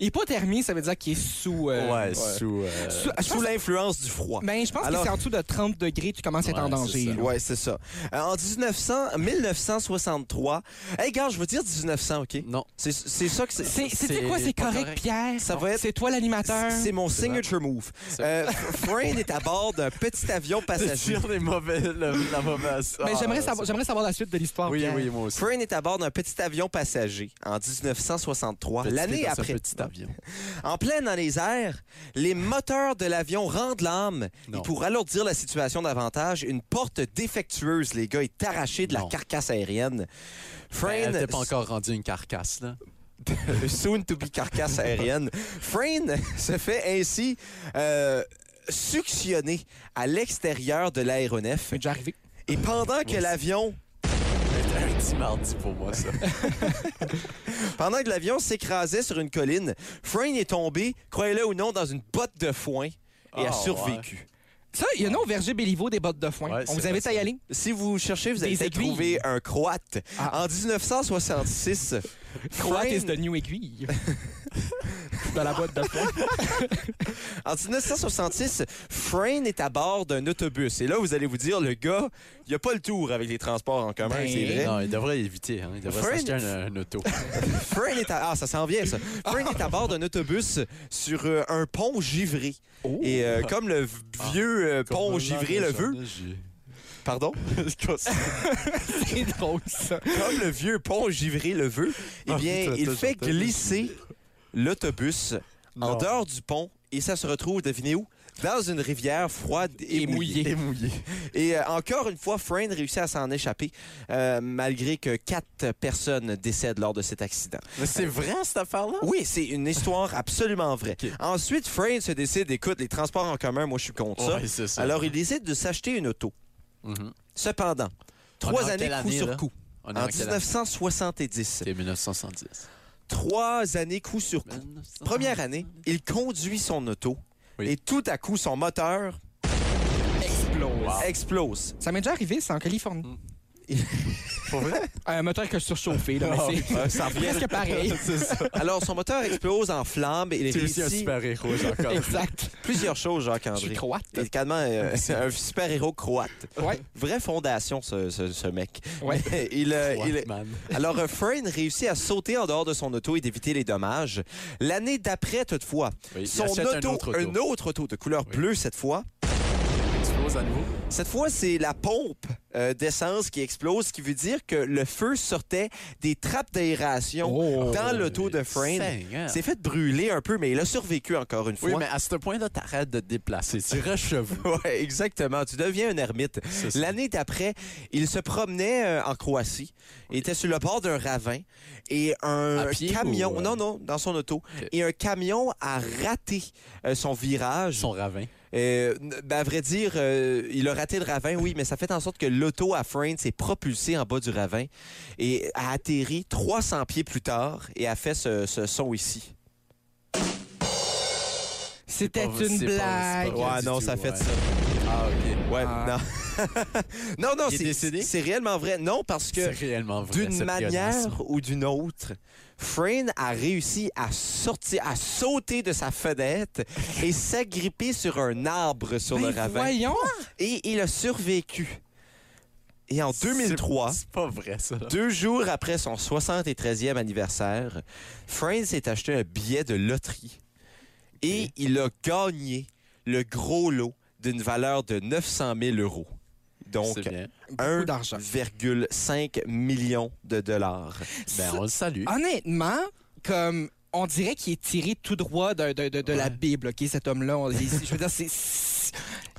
Speaker 4: Hypothermie, ça veut dire qu'il est sous. euh,
Speaker 3: ouais, sous... euh,
Speaker 4: sous- je
Speaker 1: Sous
Speaker 4: pense,
Speaker 1: l'influence du froid.
Speaker 4: ben, je pense
Speaker 1: Alors-
Speaker 4: que c'est en dessous de 30 degrés, tu commences à être en
Speaker 3: Ouais, c'est
Speaker 4: danger.
Speaker 3: ça.
Speaker 4: là.
Speaker 1: Ouais, c'est ça. Euh, en 1900, 1963. Hey, gars, je veux dire 1900, OK?
Speaker 3: Non.
Speaker 1: C'est c'est ça que c'est.
Speaker 4: C'est c'est- tu sais
Speaker 3: C'est
Speaker 4: quoi, c'est
Speaker 3: pas
Speaker 4: correct,
Speaker 3: correct.
Speaker 4: Pierre.
Speaker 1: Ça va être-
Speaker 4: C'est toi l'animateur.
Speaker 1: C'est mon signature move.
Speaker 3: C'est
Speaker 1: Euh, Frain est à bord d'un petit avion
Speaker 3: C'est
Speaker 1: passager.
Speaker 3: sûr des mauvais... le- la mauvaise...
Speaker 4: Mais
Speaker 3: Ah,
Speaker 4: Ben, j'aimerais
Speaker 3: c'est-
Speaker 4: savoir, j'aimerais savoir la suite de l'histoire.
Speaker 3: Oui,
Speaker 4: Pierre.
Speaker 3: oui, moi aussi.
Speaker 1: Frain est à bord d'un petit avion passager en 1963.
Speaker 3: Petit
Speaker 1: L'année
Speaker 3: dans ce
Speaker 1: après.
Speaker 3: Petit avion.
Speaker 1: En pleine dans les airs, les moteurs de l'avion rendent l'âme.
Speaker 3: Non.
Speaker 1: Et pour alourdir la situation davantage, une porte défectueuse, les gars, est arrachée de la
Speaker 3: Non. Ben,
Speaker 1: carcasse aérienne. Frain,
Speaker 3: Elle n'était pas encore rendue une carcasse, là.
Speaker 1: soon to be carcasse aérienne. Frain se fait ainsi euh, suctionner à l'extérieur de l'aéronef
Speaker 4: C'est déjà arrivé.
Speaker 6: Et pendant que l'avion
Speaker 3: C'était Ben, un petit mardi pour moi, ça.
Speaker 1: Pendant que l'avion s'écrasait sur une colline, Frayne est tombé, croyez-le ou non, dans une botte de foin et
Speaker 3: Ah,
Speaker 4: Oh,
Speaker 1: a survécu.
Speaker 4: Ça, il y en a au verger Béliveau des bottes de foin.
Speaker 3: Ouais,
Speaker 4: On
Speaker 3: c'est
Speaker 4: vous invite à y aller.
Speaker 1: Si vous cherchez, vous allez
Speaker 4: Des
Speaker 1: peut-être
Speaker 4: aiguilles.
Speaker 1: trouver un croate.
Speaker 4: Ah.
Speaker 1: En 1966,
Speaker 4: Croate is
Speaker 1: Frayne-
Speaker 4: the new aiguille. Dans la boîte de foin.
Speaker 1: en 1966, Frayne est à bord d'un autobus. Et là, vous allez vous dire, le gars, il a pas le tour avec les transports en commun,
Speaker 4: Ben,
Speaker 1: c'est vrai.
Speaker 3: Non, il devrait éviter. Hein. Il devrait
Speaker 1: Friend-
Speaker 3: s'acheter un, un auto.
Speaker 1: Frayne est à... Ah, ça s'en vient, ça. Frayne est à bord d'un autobus sur euh, un pont givré.
Speaker 4: Oh.
Speaker 1: Et euh, comme le v-
Speaker 4: Ah.
Speaker 1: vieux euh, pont givré le veut... Pardon?
Speaker 4: C'est drôle, ça.
Speaker 1: comme le vieux pont givré le veut, eh
Speaker 3: Ah,
Speaker 1: bien, il fait glisser l'autobus en dehors du pont et ça se retrouve, devinez où? Dans une rivière froide et,
Speaker 4: Et mouillée.
Speaker 1: mouillée. Et, euh, encore une fois, Frayne réussit à s'en échapper euh, malgré que quatre personnes décèdent lors de cet accident.
Speaker 3: Mais c'est vrai, cette affaire-là?
Speaker 1: Oui, c'est une histoire absolument vraie.
Speaker 3: Ok.
Speaker 1: Ensuite, Frayne se décide, écoute, les transports en commun, moi je suis contre ça.
Speaker 3: Ouais, c'est ça.
Speaker 1: Alors il décide de s'acheter une auto.
Speaker 3: Mhm.
Speaker 1: Cependant,
Speaker 3: On est
Speaker 1: trois
Speaker 3: en
Speaker 1: années
Speaker 3: quelle
Speaker 1: coup
Speaker 3: année,
Speaker 1: sur
Speaker 3: là?
Speaker 1: coup,
Speaker 3: On est
Speaker 1: en
Speaker 3: en quelle année?
Speaker 1: 1970,
Speaker 3: C'est 1970.
Speaker 1: trois années coup sur coup. Première année, il conduit son auto
Speaker 3: Oui.
Speaker 1: et tout à coup, son moteur
Speaker 4: Explose.
Speaker 1: explose.
Speaker 4: Ça m'est déjà arrivé, c'est en Californie. Euh,
Speaker 3: Pour vrai?
Speaker 4: Un moteur que je surchauffais, là, mais c'est
Speaker 1: Euh, ça revient.
Speaker 4: presque pareil.
Speaker 1: Alors, son moteur explose en flammes et il
Speaker 3: C'est aussi un
Speaker 1: réussit
Speaker 3: super-héros, encore.
Speaker 4: exact.
Speaker 1: plusieurs choses,
Speaker 4: Je suis
Speaker 1: Jacques-André.
Speaker 4: croate.
Speaker 1: Il est calmement, euh, un super-héros croate.
Speaker 4: Ouais.
Speaker 1: Vraie fondation, ce, ce- ce mec.
Speaker 4: Ouais.
Speaker 1: Mais il, euh, il-
Speaker 3: Batman.
Speaker 1: Alors, euh, Frayne réussit à sauter en dehors de son auto et d'éviter les dommages. L'année d'après, toutefois,
Speaker 3: Oui, il
Speaker 1: son
Speaker 3: achète un
Speaker 1: auto,
Speaker 3: autre auto.
Speaker 1: un autre auto de couleur
Speaker 3: Oui.
Speaker 1: bleue cette fois,
Speaker 3: Explose à nouveau.
Speaker 1: Cette fois, c'est la pompe euh, d'essence qui explose, ce qui veut dire que le feu sortait des trappes d'aération
Speaker 4: Oh.
Speaker 1: dans l'auto de Frayne.
Speaker 3: Seigneur.
Speaker 1: C'est fait brûler un peu, mais il a survécu encore une fois.
Speaker 3: Oui, mais à ce point-là, t'arrêtes de te déplacer. Tu restes chez vous.
Speaker 1: Ouais, exactement. Tu deviens un ermite.
Speaker 3: C'est ça.
Speaker 1: L'année d'après, il se promenait euh, en Croatie. Il était sur le bord d'un ravin et un
Speaker 3: À pied
Speaker 1: camion.
Speaker 3: ou, euh,
Speaker 1: Non, non, dans son auto.
Speaker 3: Ok.
Speaker 1: Et un camion a raté euh, son virage.
Speaker 3: Son ravin.
Speaker 1: Euh, n- ben, à vrai dire, euh, il a raté le ravin, oui, mais ça fait en sorte que l'auto à Frayne s'est propulsée en bas du ravin et a atterri 300 pieds plus tard et a fait ce, ce son ici.
Speaker 4: C'était
Speaker 3: C'est
Speaker 4: une
Speaker 3: pas- c'est pas- c'est
Speaker 4: blague.
Speaker 3: pas-
Speaker 1: Ouais,
Speaker 3: du
Speaker 1: non,
Speaker 3: tout,
Speaker 1: ça a fait
Speaker 3: ouais.
Speaker 1: ça.
Speaker 3: Ah, OK.
Speaker 1: Ouais,
Speaker 4: Ah.
Speaker 1: non. non, non,
Speaker 3: Il est
Speaker 1: c'est
Speaker 3: décédé?
Speaker 1: c'est réellement vrai. Non, parce
Speaker 3: C'est
Speaker 1: que
Speaker 3: réellement vrai.
Speaker 1: d'une
Speaker 3: cette période-là.
Speaker 1: manière ou d'une autre, Frayne a réussi à sortir, à sauter de sa fenêtre et s'agripper sur un arbre sur
Speaker 4: Ben
Speaker 1: le ravin.
Speaker 4: voyons.
Speaker 1: Et il a survécu. Et en 2003,
Speaker 3: C'est pas vrai, ça.
Speaker 1: Deux jours après son 73e anniversaire, Friends s'est acheté un billet de loterie et il a gagné le gros lot d'une valeur de 900 000 euros. Donc,
Speaker 3: C'est bien.
Speaker 4: Beaucoup d'argent.
Speaker 1: 1,5 million de dollars.
Speaker 3: Ben, on le salue.
Speaker 2: Ah,
Speaker 4: Honnêtement, comme on dirait qu'il est tiré tout droit de, de- de- de la
Speaker 3: Ouais.
Speaker 4: Bible, OK, cet homme-là. On- il- Je veux dire, c'est- c'est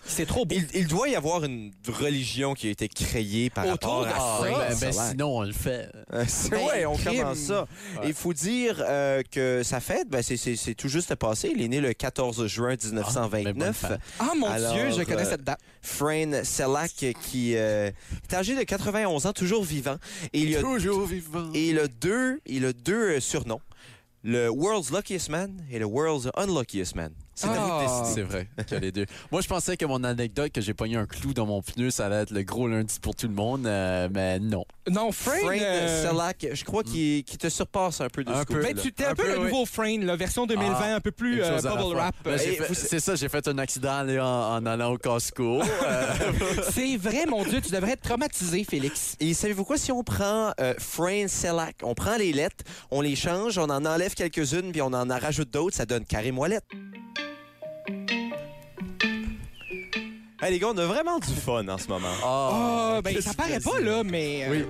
Speaker 4: c'est trop beau.
Speaker 1: Il, il doit y avoir une religion qui a été créée par rapport
Speaker 4: Autour de
Speaker 1: à
Speaker 3: Ah,
Speaker 1: Friends.
Speaker 3: ben, ben,
Speaker 1: Ouais.
Speaker 3: sinon, on le fait.
Speaker 1: Euh, c'est-
Speaker 4: Ben,
Speaker 1: ouais, on
Speaker 4: crime.
Speaker 1: commence ça.
Speaker 3: Ouais.
Speaker 1: Il faut dire euh, que sa fête, ben, c'est- c'est c'est tout juste passé. Il est né le 14 juin
Speaker 3: mais Ah, ben, bonne
Speaker 1: 1929.
Speaker 3: fête.
Speaker 4: Ah, mon
Speaker 1: Alors,
Speaker 4: Dieu, je connais
Speaker 1: euh,
Speaker 4: cette date.
Speaker 1: Frayne Selak, qui euh, est âgé de 91 ans, toujours vivant. Et il a,
Speaker 3: Toujours vivant.
Speaker 1: et il a deux, il a deux euh, surnoms. Le World's Luckiest Man et le World's Unluckiest Man. C'est à vous de
Speaker 4: Ah.
Speaker 1: décider.
Speaker 3: C'est vrai qu'il y a les deux. Moi, je pensais que mon anecdote que j'ai pogné un clou dans mon pneu, ça allait être le gros lundi pour tout le monde, euh, mais non.
Speaker 4: Non, Frayne...
Speaker 1: Frayne
Speaker 4: euh,
Speaker 1: Selak, je crois qu'il qu'il te surpasse un peu de
Speaker 3: Un
Speaker 1: ce
Speaker 3: peu.
Speaker 1: côté-là.
Speaker 4: ben, tu t'es un,
Speaker 3: Un
Speaker 4: peu,
Speaker 3: peu,
Speaker 4: le
Speaker 3: oui. Ah,
Speaker 4: nouveau Frayne, la version 2020, un peu plus
Speaker 3: Une
Speaker 4: euh,
Speaker 3: chose à la
Speaker 4: bubble
Speaker 3: fois.
Speaker 4: wrap.
Speaker 3: Ben, j'ai
Speaker 1: Et
Speaker 3: fait-
Speaker 1: vous-
Speaker 3: C'est ça, j'ai fait un accident allé en, en allant au Costco. Euh,
Speaker 4: C'est vrai, mon Dieu, tu devrais être traumatisé, Félix.
Speaker 1: Et savez-vous quoi, si on prend euh, Frayne Selak, on prend les lettres, on les change, on en enlève quelques-unes, puis on en rajoute d'autres, ça donne carré moellette. Hey les gars, on a vraiment du fun en ce moment.
Speaker 4: Ah, ben,
Speaker 3: qu'est-ce
Speaker 4: ça
Speaker 3: que
Speaker 4: Ah, ben, paraît
Speaker 3: Ah, c'est?
Speaker 4: pas, là, mais... euh,
Speaker 3: Oui.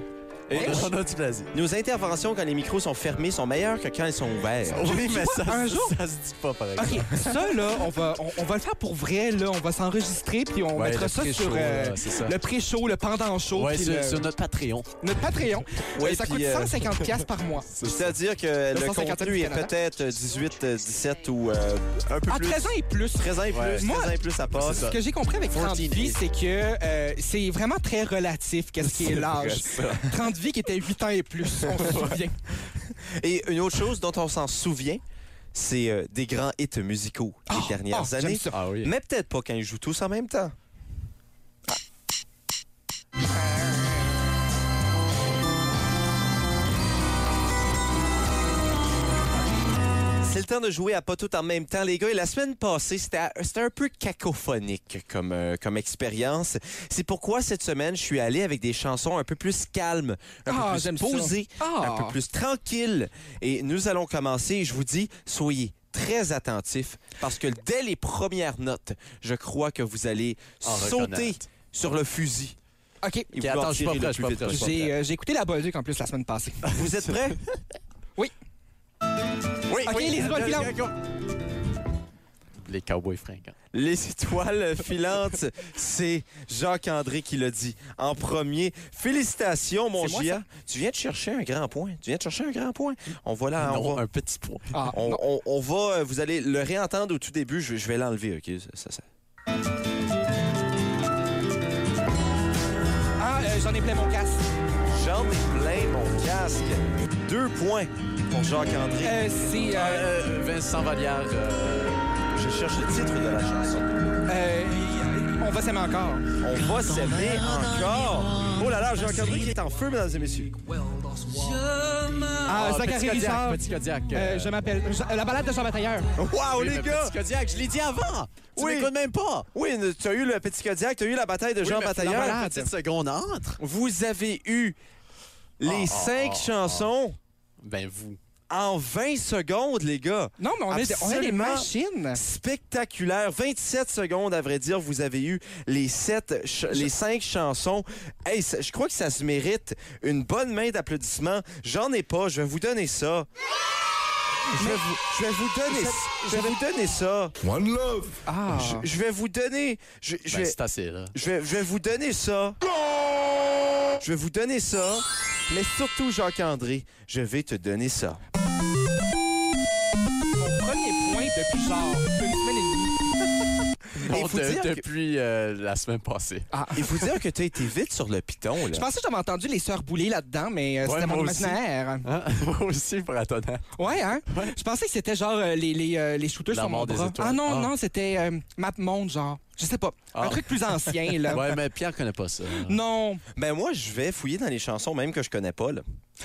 Speaker 3: Et
Speaker 1: Wesh.
Speaker 3: on a du plaisir.
Speaker 1: Nos interventions quand les micros sont fermés sont meilleures que quand ils sont ouverts.
Speaker 3: Oui, mais ça,
Speaker 2: un jour-
Speaker 3: ça se dit pas pareil.
Speaker 2: OK, ça, là, on va, on, on va le faire pour vrai, là. On va s'enregistrer, puis on
Speaker 3: Ouais,
Speaker 2: mettra
Speaker 3: le
Speaker 2: ça
Speaker 3: pré-show,
Speaker 2: sur euh,
Speaker 3: là, c'est ça.
Speaker 2: le pré-show, le pendant show,
Speaker 3: Ouais,
Speaker 2: puis
Speaker 3: sur,
Speaker 2: le-
Speaker 3: sur notre Patreon.
Speaker 2: notre Patreon.
Speaker 1: Ouais,
Speaker 2: Euh, ça
Speaker 1: puis,
Speaker 2: coûte
Speaker 1: euh,
Speaker 2: 150 pièces par mois.
Speaker 1: C'est-à-dire que le
Speaker 2: 150
Speaker 1: contenu est
Speaker 2: Canada.
Speaker 1: peut-être 18, euh, 17 ou euh, un peu
Speaker 2: À
Speaker 1: plus.
Speaker 2: 13 ans et plus.
Speaker 1: 13 ans et plus,
Speaker 3: Ouais.
Speaker 1: 13
Speaker 2: Moi-
Speaker 1: ans et plus, ça passe.
Speaker 3: C'est
Speaker 2: Ce que j'ai compris avec 30
Speaker 1: 14
Speaker 2: vies, c'est que euh, c'est vraiment très relatif qu'est-ce qui est l'âge. 30 vies qui était 8 ans et plus, on se souvient.
Speaker 1: Et une autre chose dont on s'en souvient, c'est euh, des grands hits musicaux des dernières
Speaker 2: oh, j'aime
Speaker 1: années.
Speaker 2: ça.
Speaker 3: Ah oui.
Speaker 1: Mais peut-être pas quand ils jouent tous en même temps. C'est le temps de jouer à pas tout en même temps, les gars. Et la semaine passée, c'était à- c'était un peu cacophonique comme, euh, comme expérience. C'est pourquoi cette semaine, je suis allé avec des chansons un peu plus calmes, un
Speaker 2: Ah,
Speaker 1: peu
Speaker 2: j'aime
Speaker 1: plus
Speaker 2: ça.
Speaker 1: posées,
Speaker 2: Ah.
Speaker 1: un peu plus tranquilles. Et nous allons commencer. Je vous dis, soyez très attentifs parce que dès les premières notes, je crois que vous allez
Speaker 3: En
Speaker 1: sauter
Speaker 3: reconnaître.
Speaker 1: sur le fusil.
Speaker 2: OK.
Speaker 1: et
Speaker 3: Ok,
Speaker 1: vouloir
Speaker 3: attends, je suis pas
Speaker 1: tirer
Speaker 3: prêt,
Speaker 1: le
Speaker 3: je
Speaker 1: plus
Speaker 3: suis pas
Speaker 1: vite
Speaker 3: prêt, je suis
Speaker 1: possible.
Speaker 2: J'ai euh, j'ai écouté la Bolduc en plus la semaine passée.
Speaker 1: Vous êtes prêts?
Speaker 2: Oui.
Speaker 1: Oui,
Speaker 2: OK,
Speaker 1: oui.
Speaker 2: les étoiles filantes.
Speaker 3: Les cowboys fringants.
Speaker 1: Les étoiles filantes, c'est Jacques-André qui l'a dit en premier. Félicitations, mon
Speaker 2: C'est moi,
Speaker 1: Gia. Tu viens de chercher un grand point. Tu viens de chercher un grand point. On va là, on
Speaker 3: Non,
Speaker 1: va...
Speaker 3: un petit point.
Speaker 2: Ah,
Speaker 1: On,
Speaker 2: non.
Speaker 1: on- on va, euh, vous allez le réentendre au tout début. Je, vais- je vais l'enlever, ok Ça, ça-
Speaker 2: Ah, euh, j'en ai plein mon casque.
Speaker 1: J'en ai plein mon casque. Deux points pour Jacques-André.
Speaker 2: Euh, c'est... euh,
Speaker 3: Euh, Vincent Vallière. euh,
Speaker 1: Je cherche le titre de la chanson.
Speaker 2: euh, on va s'aimer encore.
Speaker 1: On va s'aimer encore. Oh là là, Jacques-André qui est en feu, mesdames et messieurs.
Speaker 2: Ah,
Speaker 3: petit
Speaker 2: Zachary
Speaker 3: Kodiak,
Speaker 2: Richard.
Speaker 3: Petit Kodiak.
Speaker 2: Euh, je m'appelle... je- la balade de Jean Batailleur.
Speaker 1: Wow,
Speaker 3: oui,
Speaker 1: les
Speaker 3: le
Speaker 1: gars!
Speaker 3: Petit Kodiak, je l'ai dit avant. Tu
Speaker 1: Oui.
Speaker 3: m'écoutes même pas.
Speaker 1: Oui, tu as eu le petit Kodiak, tu as eu la bataille de Jean
Speaker 3: Oui, mais
Speaker 1: Batailleur.
Speaker 3: la
Speaker 2: Ah,
Speaker 3: petite seconde entre.
Speaker 1: Vous avez eu les
Speaker 3: Ah, ah,
Speaker 1: cinq
Speaker 3: ah,
Speaker 1: chansons
Speaker 3: Ben vous.
Speaker 1: en 20 secondes, les gars.
Speaker 2: Non, mais on est, des- on est des
Speaker 1: Absolument.
Speaker 2: machines.
Speaker 1: Spectaculaire. 27 secondes, à vrai dire, vous avez eu les sept, ch- les cinq chansons. Hey, ça- je crois que ça se mérite une bonne main d'applaudissements. J'en ai pas, je vais vous donner ça. Je vais vous, je vais vous donner, je vais vous donner ça.
Speaker 4: One love.
Speaker 2: Ah.
Speaker 1: Je, je vais vous donner, je, je
Speaker 3: Ben,
Speaker 1: vais,
Speaker 3: c'est assez, là.
Speaker 1: Je vais, je vais vous donner ça. Je vais vous donner ça. Mais surtout, Jacques-André, je vais te donner ça.
Speaker 2: Mon premier point depuis genre une semaine et demie.
Speaker 1: Et
Speaker 3: Non,
Speaker 1: vous
Speaker 3: de-
Speaker 1: dire que-
Speaker 3: depuis euh, la semaine passée.
Speaker 1: Et vous dire que t'as été vite sur le piton,
Speaker 2: Je
Speaker 1: là.
Speaker 2: pensais que j'avais entendu les sœurs Boulay là-dedans, mais euh,
Speaker 3: Ouais,
Speaker 2: c'était
Speaker 3: moi
Speaker 2: mon
Speaker 3: aussi.
Speaker 2: imaginaire.
Speaker 3: Hein? Moi aussi, pour la tonnerre.
Speaker 2: Ouais, hein? Je pensais que c'était genre euh, les, les, euh, les shooters
Speaker 3: La
Speaker 2: sur mon
Speaker 3: mort des
Speaker 2: bras.
Speaker 3: étoiles.
Speaker 2: Ah non,
Speaker 3: Ah.
Speaker 2: non, c'était euh, Map Monde, genre. Je sais pas.
Speaker 3: Ah.
Speaker 2: Un truc plus ancien, là.
Speaker 3: Ouais, mais Pierre connaît pas ça.
Speaker 2: Non.
Speaker 1: Ben moi, je vais fouiller dans les chansons même que je connais pas, là.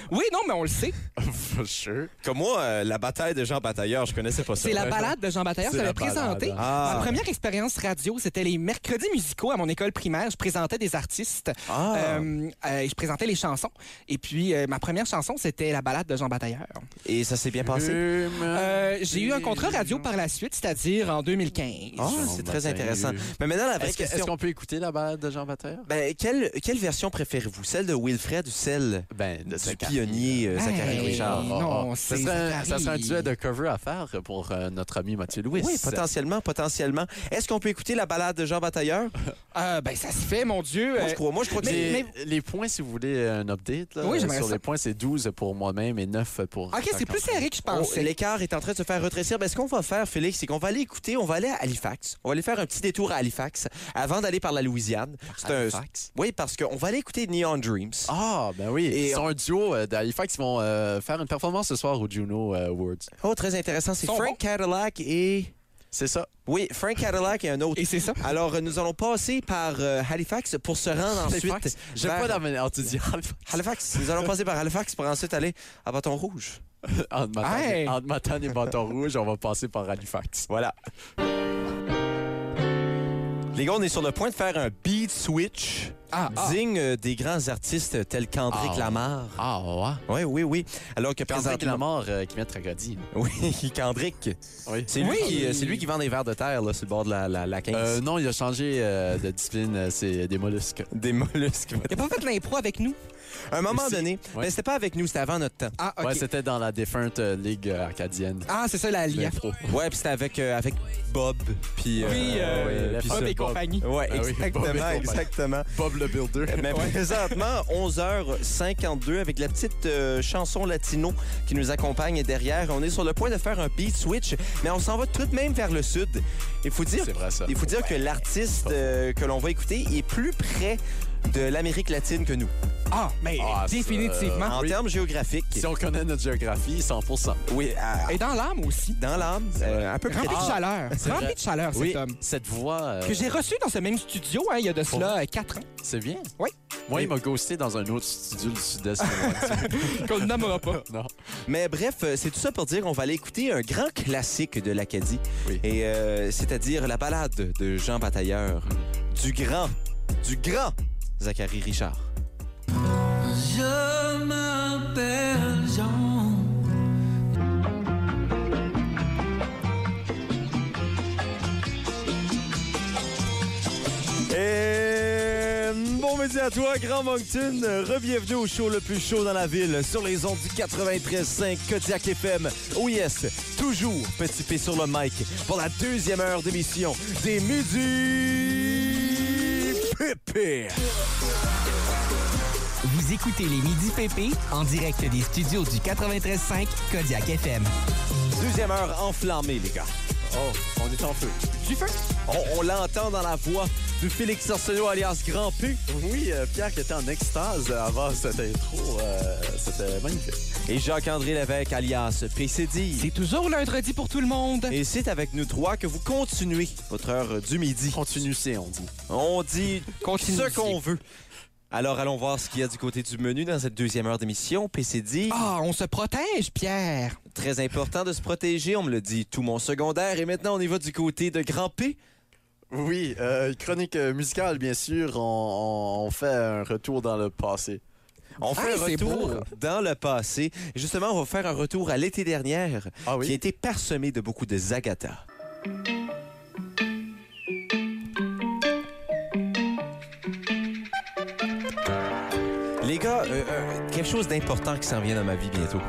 Speaker 2: Oui, non, mais on le sait.
Speaker 3: For sure.
Speaker 1: Comme moi, euh, la bataille de Jean Batailleur, je connaissais pas ça.
Speaker 2: C'est la
Speaker 3: ouais.
Speaker 2: balade de Jean Batailleur,
Speaker 3: C'est
Speaker 2: je l'avais
Speaker 3: la balade,
Speaker 2: présenté.
Speaker 3: hein.
Speaker 1: Ah.
Speaker 2: Ma première expérience radio, c'était les mercredis musicaux à mon école primaire. Je présentais des artistes.
Speaker 1: Ah.
Speaker 2: Euh, euh, je présentais les chansons. Et puis, euh, ma première chanson, c'était la balade de Jean Batailleur.
Speaker 1: Et ça s'est bien passé?
Speaker 3: Ah.
Speaker 2: Euh, J'ai eu un contrat radio par la suite, c'est-à-dire en 2015.
Speaker 1: Ah,
Speaker 3: Jean
Speaker 1: c'est très
Speaker 3: Batailleur.
Speaker 1: intéressant. Mais maintenant, la vraie
Speaker 3: Est-ce que- est-ce
Speaker 1: question...
Speaker 3: qu'on peut écouter la balade de Jean Batailleur?
Speaker 1: Ben, quelle, quelle version préférez-vous? Celle de Wilfred ou celle
Speaker 3: Ben, de
Speaker 1: du
Speaker 3: Zachary.
Speaker 1: pionnier euh, Zachary
Speaker 2: Hey.
Speaker 1: Richard?
Speaker 2: Ah, non,
Speaker 3: ça,
Speaker 2: c'est
Speaker 3: serait un,
Speaker 2: Zachary.
Speaker 3: ça serait un duet de cover à faire pour euh, notre ami Mathieu Louis.
Speaker 1: Oui, potentiellement, potentiellement. Est-ce qu'on peut écouter la balade de Jean Batailleur?
Speaker 2: Euh, ben, ça se fait, mon Dieu.
Speaker 1: Moi, je
Speaker 2: Euh,
Speaker 1: crois, moi, je crois que c'est...
Speaker 3: Les, les points, si vous voulez euh, un update, là,
Speaker 2: Oui, j'aimerais
Speaker 3: sur
Speaker 2: ça. Ah,
Speaker 3: les points, c'est 12 pour moi-même et 9 pour.
Speaker 2: OK, c'est plus serré que je
Speaker 1: Oh,
Speaker 2: pensais.
Speaker 1: L'écart est en train de se faire rétrécir. Ben, ce qu'on va faire, Félix, c'est qu'on va aller écouter, on va aller à Halifax. On va aller faire un petit détour à Halifax avant d'aller par la Louisiane. C'est un-
Speaker 3: Halifax?
Speaker 1: Oui, parce qu'on va aller écouter Neon Dreams.
Speaker 3: Ah, ben oui.
Speaker 1: Et
Speaker 3: ils sont un duo euh, d'Halifax. Ils vont euh, faire une performance ce soir au Juno euh, Awards.
Speaker 1: Oh, très intéressant. C'est
Speaker 2: Ils sont
Speaker 1: Frank
Speaker 2: bons.
Speaker 1: Cadillac et.
Speaker 3: C'est ça.
Speaker 1: Oui, Frank Cadillac et un autre.
Speaker 2: Et c'est ça.
Speaker 1: Alors, euh, nous allons passer par euh, Halifax pour se rendre ensuite.
Speaker 3: Halifax. J'aime
Speaker 1: vers-
Speaker 3: pas dans ma. Alors, tu dis Halifax.
Speaker 1: Halifax. Nous allons passer par Halifax pour ensuite aller à Bâton Rouge.
Speaker 3: Entre Matane,
Speaker 2: Hey!
Speaker 3: entre Matane et Bâton Rouge, on va passer par Halifax.
Speaker 1: Voilà. Les gars, on est sur le point de faire un beat switch.
Speaker 2: Ah, ah.
Speaker 1: digne euh, des grands artistes tels qu'André
Speaker 3: Ah.
Speaker 1: Lamar.
Speaker 3: Ah,
Speaker 1: Oui,
Speaker 3: ouais.
Speaker 1: oui, oui. Alors que
Speaker 3: Quand la
Speaker 1: présentement...
Speaker 3: mort euh, qui met tragédie.
Speaker 1: Oui, Kendrick.
Speaker 3: Oui.
Speaker 1: C'est lui,
Speaker 2: Oui.
Speaker 1: qui, euh, c'est lui qui vend des verres de terre là, sur le bord de la, la, la 15.
Speaker 3: Euh, non, il a changé euh, de discipline. euh, C'est des mollusques.
Speaker 1: Des mollusques.
Speaker 2: Il a pas fait l'impro avec nous?
Speaker 1: À un moment
Speaker 3: C'est-
Speaker 1: donné,
Speaker 3: ouais.
Speaker 1: mais c'était pas avec nous, c'était avant notre temps.
Speaker 2: Ah, OK.
Speaker 3: Ouais, c'était dans la défunte euh, ligue euh, acadienne.
Speaker 2: ah, c'est ça, la lien.
Speaker 3: L'impro.
Speaker 1: Ouais, puis c'était avec, euh, avec Bob, puis...
Speaker 2: Oui,
Speaker 3: euh,
Speaker 1: puis
Speaker 3: Bob
Speaker 1: ça.
Speaker 3: et
Speaker 2: compagnie.
Speaker 1: Ouais,
Speaker 3: Ah oui,
Speaker 1: exactement,
Speaker 3: Bob et compagnie.
Speaker 1: exactement.
Speaker 3: Bob le Builder.
Speaker 1: Mais présentement, 11h52, avec la petite euh, chanson latino qui nous accompagne derrière. On est sur le point de faire un beat switch, mais on s'en va tout de même vers le sud. Il faut dire,
Speaker 3: C'est vrai, ça.
Speaker 1: il faut dire que l'artiste euh, que l'on va écouter est plus près de l'Amérique latine que nous,
Speaker 2: Ah, mais
Speaker 3: Ah, ça,
Speaker 2: définitivement.
Speaker 1: en
Speaker 3: Oui.
Speaker 1: termes géographiques.
Speaker 3: Si on connaît notre géographie, 100
Speaker 1: Oui, à-
Speaker 2: Et dans l'âme aussi.
Speaker 1: dans l'âme,
Speaker 3: vrai.
Speaker 1: euh, un peu près.
Speaker 2: Rempli de chaleur. Rempli
Speaker 3: vrai.
Speaker 2: de chaleur,
Speaker 3: Oui,
Speaker 2: cet homme.
Speaker 3: cette voix, euh,
Speaker 2: Que j'ai reçu dans ce même studio, hein, il y a de cela euh, quatre ans.
Speaker 3: c'est bien.
Speaker 2: Oui.
Speaker 3: Moi, il m'a ghosté dans un autre studio du Sud-Est.
Speaker 2: Qu'on ne nommera pas.
Speaker 3: non.
Speaker 1: Mais bref, euh, c'est tout ça pour dire qu'on va aller écouter un grand classique de l'Acadie,
Speaker 3: Oui.
Speaker 1: et euh, c'est-à-dire la balade de Jean Batailleur,
Speaker 7: Mm.
Speaker 1: du grand, du grand Zachary Richard.
Speaker 8: Je m'appelle Jean.
Speaker 7: Et bon midi à toi, Grand Moncton. Rebienvenue au show le plus chaud dans la ville, sur les ondes du 93.5 Kodiak FM. Oh yes, toujours petit P sur le mic pour la deuxième heure d'émission des Midi Pépé.
Speaker 9: Vous écoutez les Midi PP en direct des studios du 93.5 Kodiak FM.
Speaker 1: Deuxième heure enflammée, les gars.
Speaker 3: Oh, on est en feu.
Speaker 2: Du feu.
Speaker 1: On, on l'entend dans la voix de Félix Arsenault alias Grand P.
Speaker 3: Oui, euh, Pierre qui était en extase avant cette intro, euh, c'était magnifique.
Speaker 1: Et Jacques-André Lévesque, alias PCD.
Speaker 2: C'est toujours lundi pour tout le monde.
Speaker 1: Et c'est avec nous trois que vous continuez votre heure du midi.
Speaker 3: Continue, c'est, on dit.
Speaker 1: On dit
Speaker 2: Continue.
Speaker 1: ce qu'on veut. Alors, allons voir ce qu'il y a du côté du menu dans cette deuxième heure d'émission. PCD,
Speaker 2: Ah, on se protège, Pierre.
Speaker 1: très important de se protéger, on me le dit tout mon secondaire. Et maintenant, on y va du côté de Grand P.
Speaker 3: Oui, euh, chronique euh, musicale, bien sûr. On, on- on fait un retour dans le passé.
Speaker 1: On fait
Speaker 2: Ah,
Speaker 1: un
Speaker 2: c'est
Speaker 1: retour
Speaker 2: beau.
Speaker 1: dans le passé. Et Justement, on va faire un retour à l'été dernière,
Speaker 3: Ah
Speaker 1: qui a été parsemé de beaucoup de Zagata. Les gars, euh, euh, quelque chose d'important qui s'en vient dans ma vie bientôt.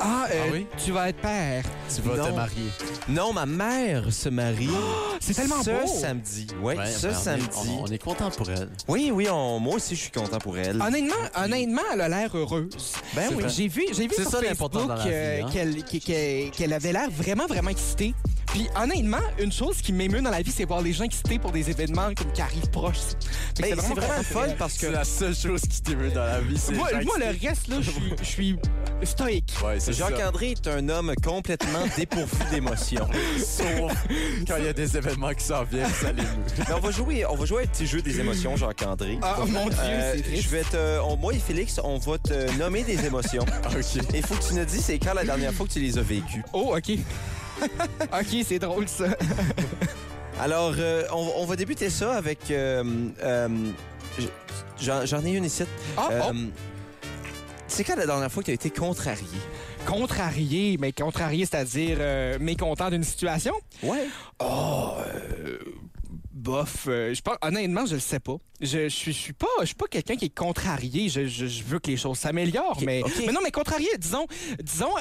Speaker 2: Ah, euh,
Speaker 3: Ah oui?
Speaker 2: tu vas être père.
Speaker 3: Tu vas te Oh,
Speaker 1: Non.
Speaker 3: marier.
Speaker 1: Non, ma mère se marie.
Speaker 2: Ah, C'est tellement
Speaker 1: ce
Speaker 2: beau.
Speaker 1: samedi. Ouais,
Speaker 3: Ouais,
Speaker 1: ce
Speaker 3: ben, on est-
Speaker 1: samedi.
Speaker 3: On, on est content pour elle.
Speaker 1: Oui, oui, on- moi aussi, je suis content pour elle.
Speaker 3: Ah,
Speaker 2: Honnêtement, honnêtement, elle a l'air heureuse.
Speaker 1: Ben oui.
Speaker 2: J'ai vu, j'ai vu
Speaker 3: C'est
Speaker 2: sur
Speaker 3: ça
Speaker 2: Facebook
Speaker 3: l'important dans la vie,
Speaker 2: euh,
Speaker 3: hein.
Speaker 2: qu'elle qu'elle- qu'elle- qu'elle avait l'air vraiment, vraiment excitée. Puis honnêtement, une chose qui m'émeut dans la vie, c'est voir les gens excités pour des événements comme qui arrivent proches. Fait que
Speaker 1: Ben, c'est vraiment
Speaker 2: cool.
Speaker 1: le fun parce que
Speaker 3: C'est la seule chose qui t'émeut dans la vie, c'est
Speaker 2: Moi,
Speaker 3: Jacques.
Speaker 2: moi, le reste, là, je suis- je suis stoïque.
Speaker 3: Ouais, c'est ça.
Speaker 1: Jacques-André est un homme complètement dépourvu d'émotion.
Speaker 3: Sauf quand il y a des événements qui s'en viennent, ça l'émeut.
Speaker 1: Mais on va jouer, on va jouer à un petit jeu des émotions, Jacques-André.
Speaker 2: Ah, mon Dieu,
Speaker 1: Euh, je
Speaker 2: c'est triste.
Speaker 1: vais te, on- moi et Félix, on va te nommer des émotions.
Speaker 3: OK.
Speaker 1: Il faut que tu nous dises c'est quand la dernière fois que tu les as vécues.
Speaker 2: Oh, OK. OK, c'est drôle, ça.
Speaker 1: Alors, euh, on, on va débuter ça avec. euh, euh, j- J'en j'en ai une ici.
Speaker 2: Ah,
Speaker 1: Euh,
Speaker 2: oh,
Speaker 1: C'est quand la dernière fois que tu as été contrarié?
Speaker 2: oh. contrarié. Mais contrarié, c'est-à-dire euh, mécontent d'une situation.
Speaker 1: Ouais.
Speaker 2: Oh, euh, bof. euh, je pense, honnêtement, je le sais pas. Je, je suis, je suis pas, je suis pas quelqu'un qui est contrarié. Je, je- je veux que les choses s'améliorent, mais,
Speaker 1: ok.
Speaker 2: mais non, mais contrarié. Disons, disons, euh,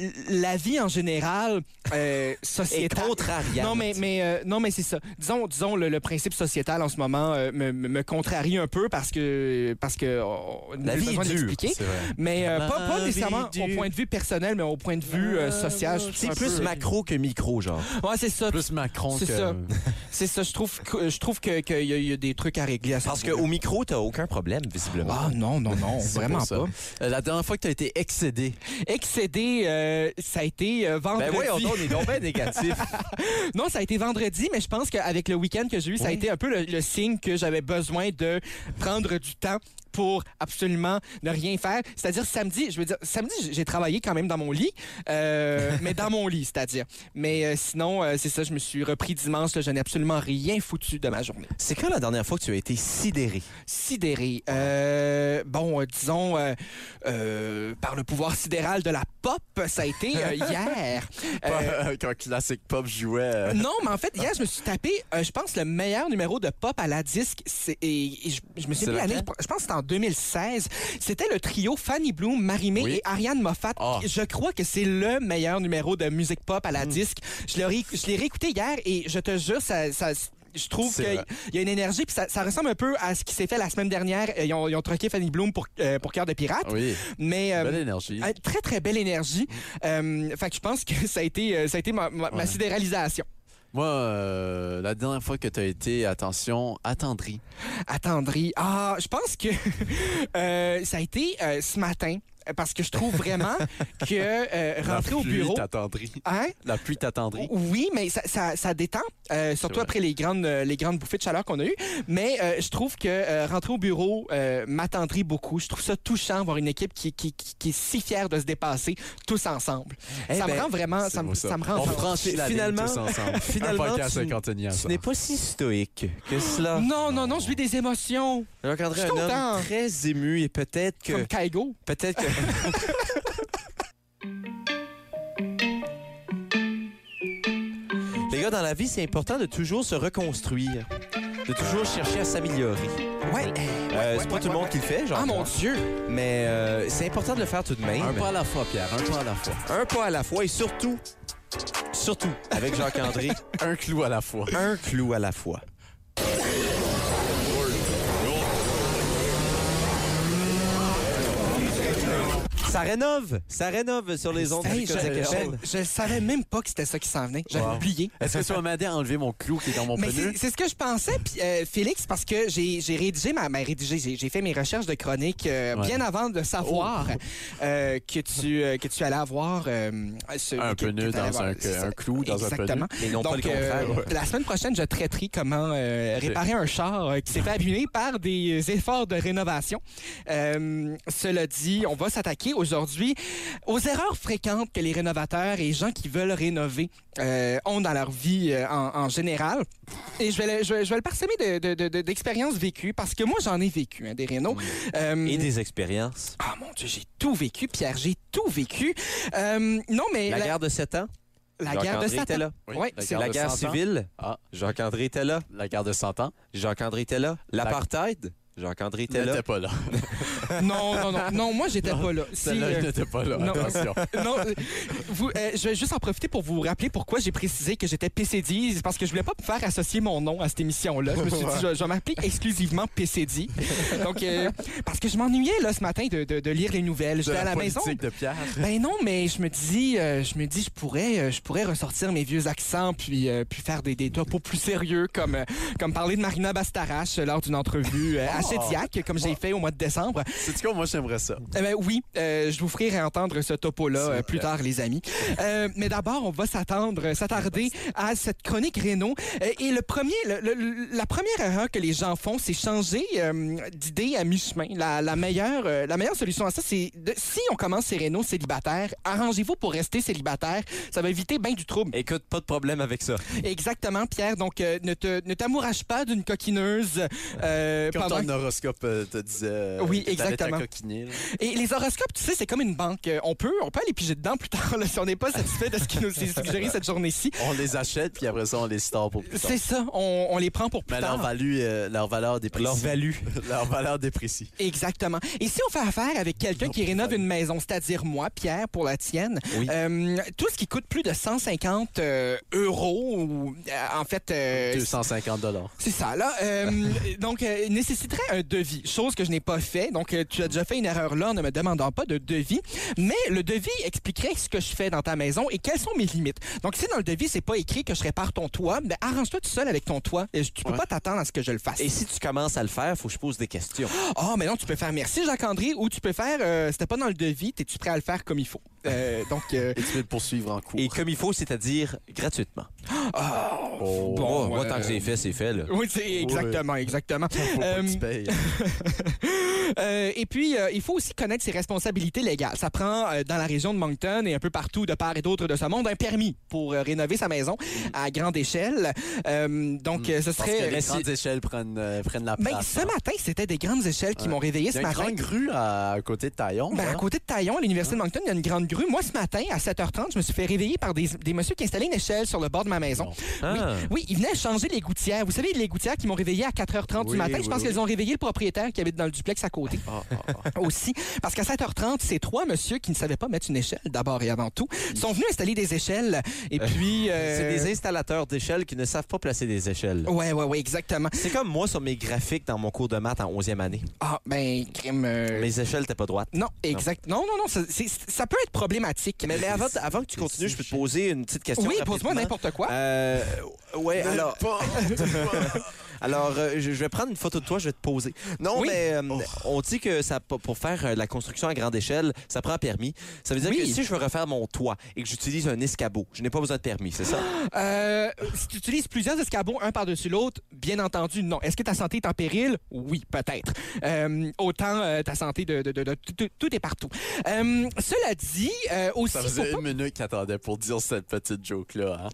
Speaker 2: euh, la vie en général, euh,
Speaker 1: Et
Speaker 2: sociétale.
Speaker 1: contrarié.
Speaker 2: Non mais mais euh, non mais c'est ça. Disons disons le, le principe sociétal en ce moment euh, me, me- me contrarie un peu parce que parce que oh, on
Speaker 1: La
Speaker 2: a
Speaker 1: vie
Speaker 2: besoin
Speaker 1: est
Speaker 2: de
Speaker 1: dure,
Speaker 2: l'expliquer.
Speaker 3: C'est vrai.
Speaker 2: Mais euh, pas, pas
Speaker 1: La
Speaker 2: nécessairement
Speaker 1: vie est
Speaker 2: au
Speaker 1: dure.
Speaker 2: point de vue personnel, mais au point de vue euh, social. je suis
Speaker 1: C'est
Speaker 2: un
Speaker 1: plus
Speaker 2: peu-
Speaker 1: macro que micro, genre.
Speaker 2: Ouais c'est ça.
Speaker 3: Plus Macron que...
Speaker 2: C'est ça. C'est ça, je trouve que, je trouve que qu'il y, a- il y a des trucs à régler à ce
Speaker 1: Parce
Speaker 2: niveau-là.
Speaker 1: qu'au micro, t'as aucun problème, visiblement.
Speaker 2: Ah non, non, non,
Speaker 3: C'est
Speaker 2: vraiment
Speaker 3: pour ça.
Speaker 2: pas.
Speaker 3: Euh, La dernière fois que tu as été excédé,
Speaker 2: Excédé, euh, ça a été euh, vendredi.
Speaker 1: Ben oui, on on est donc bien négatif.
Speaker 2: Non, ça a été vendredi, mais je pense qu'avec le week-end que j'ai eu, ça a été un peu le, le signe que j'avais besoin de prendre du temps
Speaker 4: pour absolument ne rien faire. C'est-à-dire samedi, je veux dire, samedi, j- j'ai travaillé quand même dans mon lit, euh, mais dans mon lit, c'est-à-dire. Mais euh, sinon, euh, c'est ça, je me suis repris dimanche, là, je n'ai absolument rien foutu de ma journée.
Speaker 1: C'est quand la dernière fois que tu as été sidéré?
Speaker 4: Sidéré. Euh, bon, euh, disons, euh, euh, par le pouvoir sidéral de la pop, ça a été euh, hier. Euh,
Speaker 3: Quand Classic Pop jouait. euh,
Speaker 4: non, mais en fait, hier, je me suis tapé, euh, je pense, le meilleur numéro de pop à la disque. C'est- Et, et je, je me suis
Speaker 3: C'est
Speaker 4: plus l'année,
Speaker 3: lequel?
Speaker 4: je pense que c'était en 2016. C'était le trio Fanny Bloom, Marimé
Speaker 3: Oui.
Speaker 4: et Ariane Moffat.
Speaker 3: Ah. Hmm.
Speaker 4: Je crois que c'est le meilleur numéro de musique pop à la disque. Je l'ai, ré- je l'ai réécouté hier et je te jure, ça. ça- je trouve
Speaker 3: C'est
Speaker 4: qu'il
Speaker 3: vrai.
Speaker 4: y a une énergie, puis ça, ça ressemble un peu à ce qui s'est fait la semaine dernière. Euh, Ils ont, ils ont troqué Fanny Bloom pour, euh, pour Cœur de Pirate.
Speaker 3: Oui,
Speaker 4: Mais, euh,
Speaker 3: belle énergie.
Speaker 4: euh, très, très belle énergie. Euh, fait que je pense que ça a été, euh, ça a été ma, ma- ma
Speaker 3: Ouais.
Speaker 4: sidéralisation.
Speaker 3: Moi, euh, la dernière fois que tu as été, attention, attendri.
Speaker 4: attendri. Ah, je pense que euh, ça a été euh, ce matin. Parce que je trouve vraiment que euh, rentrer
Speaker 3: La
Speaker 4: au
Speaker 3: pluie
Speaker 4: bureau.
Speaker 3: t'attendrit.
Speaker 4: Hein?
Speaker 3: La pluie t'attendrit.
Speaker 4: Oui, mais ça, ça, ça détend, euh, surtout
Speaker 3: vrai.
Speaker 4: après les grandes, euh, les grandes bouffées de chaleur qu'on a eues. Mais euh, je trouve que euh, rentrer au bureau euh, m'attendrit beaucoup. Je trouve ça touchant, voir une équipe qui, qui, qui, qui est si fière de se dépasser tous ensemble.
Speaker 1: Eh
Speaker 4: ça me
Speaker 1: ben,
Speaker 4: rend vraiment. Oh, Ça, me-
Speaker 3: beau, ça.
Speaker 4: ça me rend.
Speaker 3: On
Speaker 4: ensemble.
Speaker 3: franchit la ligne
Speaker 1: Finalement-
Speaker 3: tous ensemble.
Speaker 1: finalement,
Speaker 3: un podcast
Speaker 1: tu-
Speaker 3: avec Anthony
Speaker 1: Tu
Speaker 3: Hazard.
Speaker 1: n'es pas si stoïque que cela.
Speaker 4: Non, non, non, je vis des émotions.
Speaker 1: Alors qu'André
Speaker 4: Mm. Je
Speaker 1: est
Speaker 4: suis
Speaker 1: un
Speaker 4: content.
Speaker 1: homme très ému et peut-être que...
Speaker 4: Comme Kaigo.
Speaker 1: Peut-être que... Les gars, dans la vie, c'est important de toujours se reconstruire, de toujours chercher à s'améliorer.
Speaker 4: Ouais.
Speaker 1: Euh, c'est pas tout le monde qui le fait, genre.
Speaker 4: Ah mon Dieu.
Speaker 1: Mais euh, c'est important de le faire tout de même.
Speaker 3: Un pas à la fois, Pierre, un pas à la fois.
Speaker 1: Un pas à la fois et surtout, surtout avec Jacques-André,
Speaker 3: Un clou à la fois.
Speaker 1: un clou à la fois. Ça rénove, ça rénove sur les ondes
Speaker 4: Hey,
Speaker 1: de Kodak FM.
Speaker 4: je, je, je savais même pas que c'était ça qui s'en venait. J'avais
Speaker 3: Wow.
Speaker 4: oublié.
Speaker 3: Est-ce que tu vas m'aider à enlever mon clou qui est dans mon
Speaker 4: Mais
Speaker 3: pneu?
Speaker 4: c'est c'est ce que je pensais, puis euh, Félix, parce que j'ai j'ai rédigé ma, ma- rédigé, j'ai j'ai fait mes recherches de chronique euh,
Speaker 3: Ouais. Oh.
Speaker 4: bien avant de savoir euh, que tu euh, que tu allais avoir euh, ce-
Speaker 3: Un
Speaker 4: que- que t'allais
Speaker 3: pneu dans
Speaker 4: avoir-
Speaker 3: un-
Speaker 4: c'est ça.
Speaker 3: un clou dans un pneu.
Speaker 4: Exactement.
Speaker 1: Mais non pas le
Speaker 4: Donc,
Speaker 1: contraire.
Speaker 4: euh, la semaine prochaine, je traiterai comment euh, réparer un char euh, qui s'est fait abîmer par des euh, efforts de rénovation. Euh, cela dit, on va s'attaquer aujourd'hui aux erreurs fréquentes que les rénovateurs et gens qui veulent rénover euh, ont dans leur vie euh, en, en général. Et je vais le, je vais, je vais le parsemer de- de- de- de- d'expériences vécues parce que moi, j'en ai vécu hein, des rénaux. Euh,
Speaker 2: mm.
Speaker 1: Et des expériences.
Speaker 4: Ah mon Dieu, j'ai tout vécu, Pierre, j'ai tout vécu. Euh, non, mais
Speaker 1: La guerre de 7 ans,
Speaker 4: la guerre de
Speaker 1: Jacques-André
Speaker 4: Satan.
Speaker 1: était là.
Speaker 3: Oui,
Speaker 4: ouais, c'est
Speaker 3: guerre
Speaker 1: La
Speaker 3: de
Speaker 1: guerre
Speaker 3: 100 ans.
Speaker 1: civile,
Speaker 3: Ah.
Speaker 1: Jacques-André était là.
Speaker 3: La guerre de 100 ans.
Speaker 1: Jacques-André était là. L'apartheid, Jacques-André était là.
Speaker 3: N'était pas là.
Speaker 4: Non, non, non, non, moi, j'étais pas là. Si,
Speaker 3: Celle-là,
Speaker 4: euh,
Speaker 3: il n'était pas là.
Speaker 4: non.
Speaker 3: Attention.
Speaker 4: non, euh, vous, euh, je vais juste en profiter pour vous rappeler pourquoi j'ai précisé que j'étais PCD, parce que je voulais pas me faire associer mon nom à cette émission-là. Je me suis dit, je, je vais m'appeler exclusivement PCD. Donc, euh, parce que je m'ennuyais là ce matin de, de- de lire les nouvelles.
Speaker 3: De
Speaker 4: J'étais à la maison.
Speaker 3: politique de Pierre.
Speaker 4: Ben non, mais je me dis, euh, je me dis, je pourrais, euh, je pourrais ressortir mes vieux accents puis euh, puis faire des, des topos plus sérieux comme euh, comme parler de Marina Bastarache lors d'une entrevue euh, à
Speaker 3: Oh!
Speaker 4: Chediac, comme j'ai fait au mois de décembre.
Speaker 3: C'est quoi, moi, j'aimerais ça.
Speaker 4: Eh ben oui, euh, je vous ferai réentendre ce topo-là
Speaker 3: S'il vous
Speaker 4: euh, plus
Speaker 3: plaît.
Speaker 4: tard, les amis. Euh, mais d'abord, on va s'attendre, euh, s'attarder à cette chronique Renault. Euh, et le premier, le- le- la première erreur que les gens font, c'est changer euh, d'idée à mi-chemin. La, la meilleure, euh, la meilleure solution à ça, c'est de- si on commence ces Renault célibataires, arrangez-vous pour rester célibataire. Ça va éviter bien du trouble.
Speaker 1: Écoute, pas de problème avec ça.
Speaker 4: Exactement, Pierre. Donc, euh, ne te, ne t'amourage pas d'une coquineuse euh,
Speaker 3: Quand
Speaker 4: pendant
Speaker 3: ton horoscope euh, te disait. euh,
Speaker 4: Oui,
Speaker 3: que t'allais
Speaker 4: exactement.
Speaker 3: t'acoquiner, là.
Speaker 4: Et les horoscopes, tu sais, c'est comme une banque. Euh, On peut, on peut aller piger dedans plus tard là, si on n'est pas satisfait de ce qui nous est suggéré cette journée-ci.
Speaker 3: On les achète, puis après ça, on les store pour plus tard.
Speaker 4: C'est ça, on, on les prend pour plus
Speaker 3: Mais leur,
Speaker 4: tard.
Speaker 3: value, euh, leur valeur déprécie.
Speaker 1: Leur value.
Speaker 3: leur valeur déprécie.
Speaker 4: Exactement. Et si on fait affaire avec quelqu'un qui rénove une maison, c'est-à-dire moi, Pierre, pour la tienne,
Speaker 1: Oui.
Speaker 4: euh, tout ce qui coûte plus de 150 euh, euros, ou euh, en fait, euh,
Speaker 3: 250 dollars.
Speaker 4: C'est ça, là. Euh, donc, euh, nécessiterait un devis, chose que je n'ai pas fait. Donc, euh, tu as déjà fait une erreur là en ne me demandant pas de devis. Mais le devis expliquerait ce que je fais dans ta maison et quelles sont mes limites. Donc, si dans le devis, c'est pas écrit que je répare ton toit, ben, arrange-toi tout seul avec ton toit. Et je- tu peux
Speaker 3: Ouais.
Speaker 4: pas t'attendre à ce que je le fasse. Ah,
Speaker 1: Et si tu commences à le faire, faut que je pose des questions.
Speaker 4: Oh, mais non, tu peux faire merci, Jacques-André, ou tu peux faire, euh, c'était pas dans le devis, t'es-tu prêt à le faire comme il faut? Euh, donc, euh,
Speaker 3: Et tu veux le poursuivre en cours.
Speaker 1: Et comme il faut, c'est-à-dire gratuitement.
Speaker 3: Oh,
Speaker 1: Bon, moi,
Speaker 4: euh,
Speaker 1: tant que c'est fait, c'est fait, là.
Speaker 4: oui, c'est exactement, exactement.
Speaker 3: faut pas que tu
Speaker 4: Euh,
Speaker 3: payes. hein.
Speaker 4: Euh, et puis, euh, il faut aussi connaître ses responsabilités légales. Ça prend, euh, dans la région de Moncton et un peu partout de part et d'autre de ce monde, un permis pour euh, rénover sa maison à grande échelle. Euh, donc, euh, ce
Speaker 3: Hmm, Parce que
Speaker 4: serait...
Speaker 3: les grandes échelles prennent, euh, prennent la
Speaker 4: Ben,
Speaker 3: place.
Speaker 4: ce matin, c'était des grandes échelles qui
Speaker 3: Ouais.
Speaker 4: m'ont réveillé
Speaker 3: Il y
Speaker 4: ce
Speaker 3: a une
Speaker 4: matin.
Speaker 3: grande grue à, à côté de Taillon.
Speaker 4: Ben, à
Speaker 3: hein?
Speaker 4: côté de Taillon, à l'Université de
Speaker 1: Ah.
Speaker 4: Moncton, il y a une grande grue. Moi, ce matin, à 7h30, je me suis fait réveiller par des, des messieurs qui installaient une échelle sur le bord de ma maison.
Speaker 3: Non.
Speaker 1: Ah.
Speaker 4: Oui, ils venaient changer les gouttières. Vous savez, les gouttières qui m'ont réveillé à 4h30
Speaker 3: Oui,
Speaker 4: du matin,
Speaker 3: oui,
Speaker 4: je pense
Speaker 3: oui.
Speaker 4: qu'elles ont réveillé le propriétaire qui habite dans le duplex à côté
Speaker 3: Ah, ah, ah.
Speaker 4: aussi. Parce qu'à 7h30, ces trois messieurs qui ne savaient pas mettre une échelle, d'abord et avant tout, sont venus installer des échelles. Et puis... euh,
Speaker 1: C'est des installateurs d'échelles qui ne savent pas placer des
Speaker 2: Oh.
Speaker 1: échelles.
Speaker 4: Ouais, ouais, ouais, exactement.
Speaker 1: C'est comme moi sur mes graphiques dans mon cours de maths en 11e année.
Speaker 4: Ah, ben, crime... euh,
Speaker 1: Mes échelles n'étaient pas droites.
Speaker 4: Non, exact. Non, non, non, ça, c'est- ça peut être problématique.
Speaker 1: Mais, mais avant, avant que tu continues, je peux te poser une petite question.
Speaker 4: Oui, pose-moi
Speaker 1: rapidement.
Speaker 4: n'importe quoi.
Speaker 3: Ah.
Speaker 1: Euh, ouais, alors. alors, euh, je, je vais prendre une photo de toi, je vais te poser. Non,
Speaker 4: Oui.
Speaker 1: mais euh, on dit que ça, pour faire euh, la construction à grande échelle, ça prend un permis. Ça veut dire
Speaker 4: Oui.
Speaker 1: que si je veux refaire mon toit et que j'utilise un escabeau, je n'ai pas besoin de permis, c'est ça?
Speaker 4: Euh, si tu utilises plusieurs euh, escabeaux un par-dessus l'autre, bien entendu, non. Est-ce que ta santé est en péril? Oui, peut-être. Euh, autant euh, ta santé de, de- de- de- tout- tout est partout. Euh, cela dit, euh, aussi,
Speaker 3: Ça
Speaker 4: faut
Speaker 3: faisait
Speaker 4: pas-
Speaker 3: une minute qu'il attendait pour dire cette petite joke-là. hein.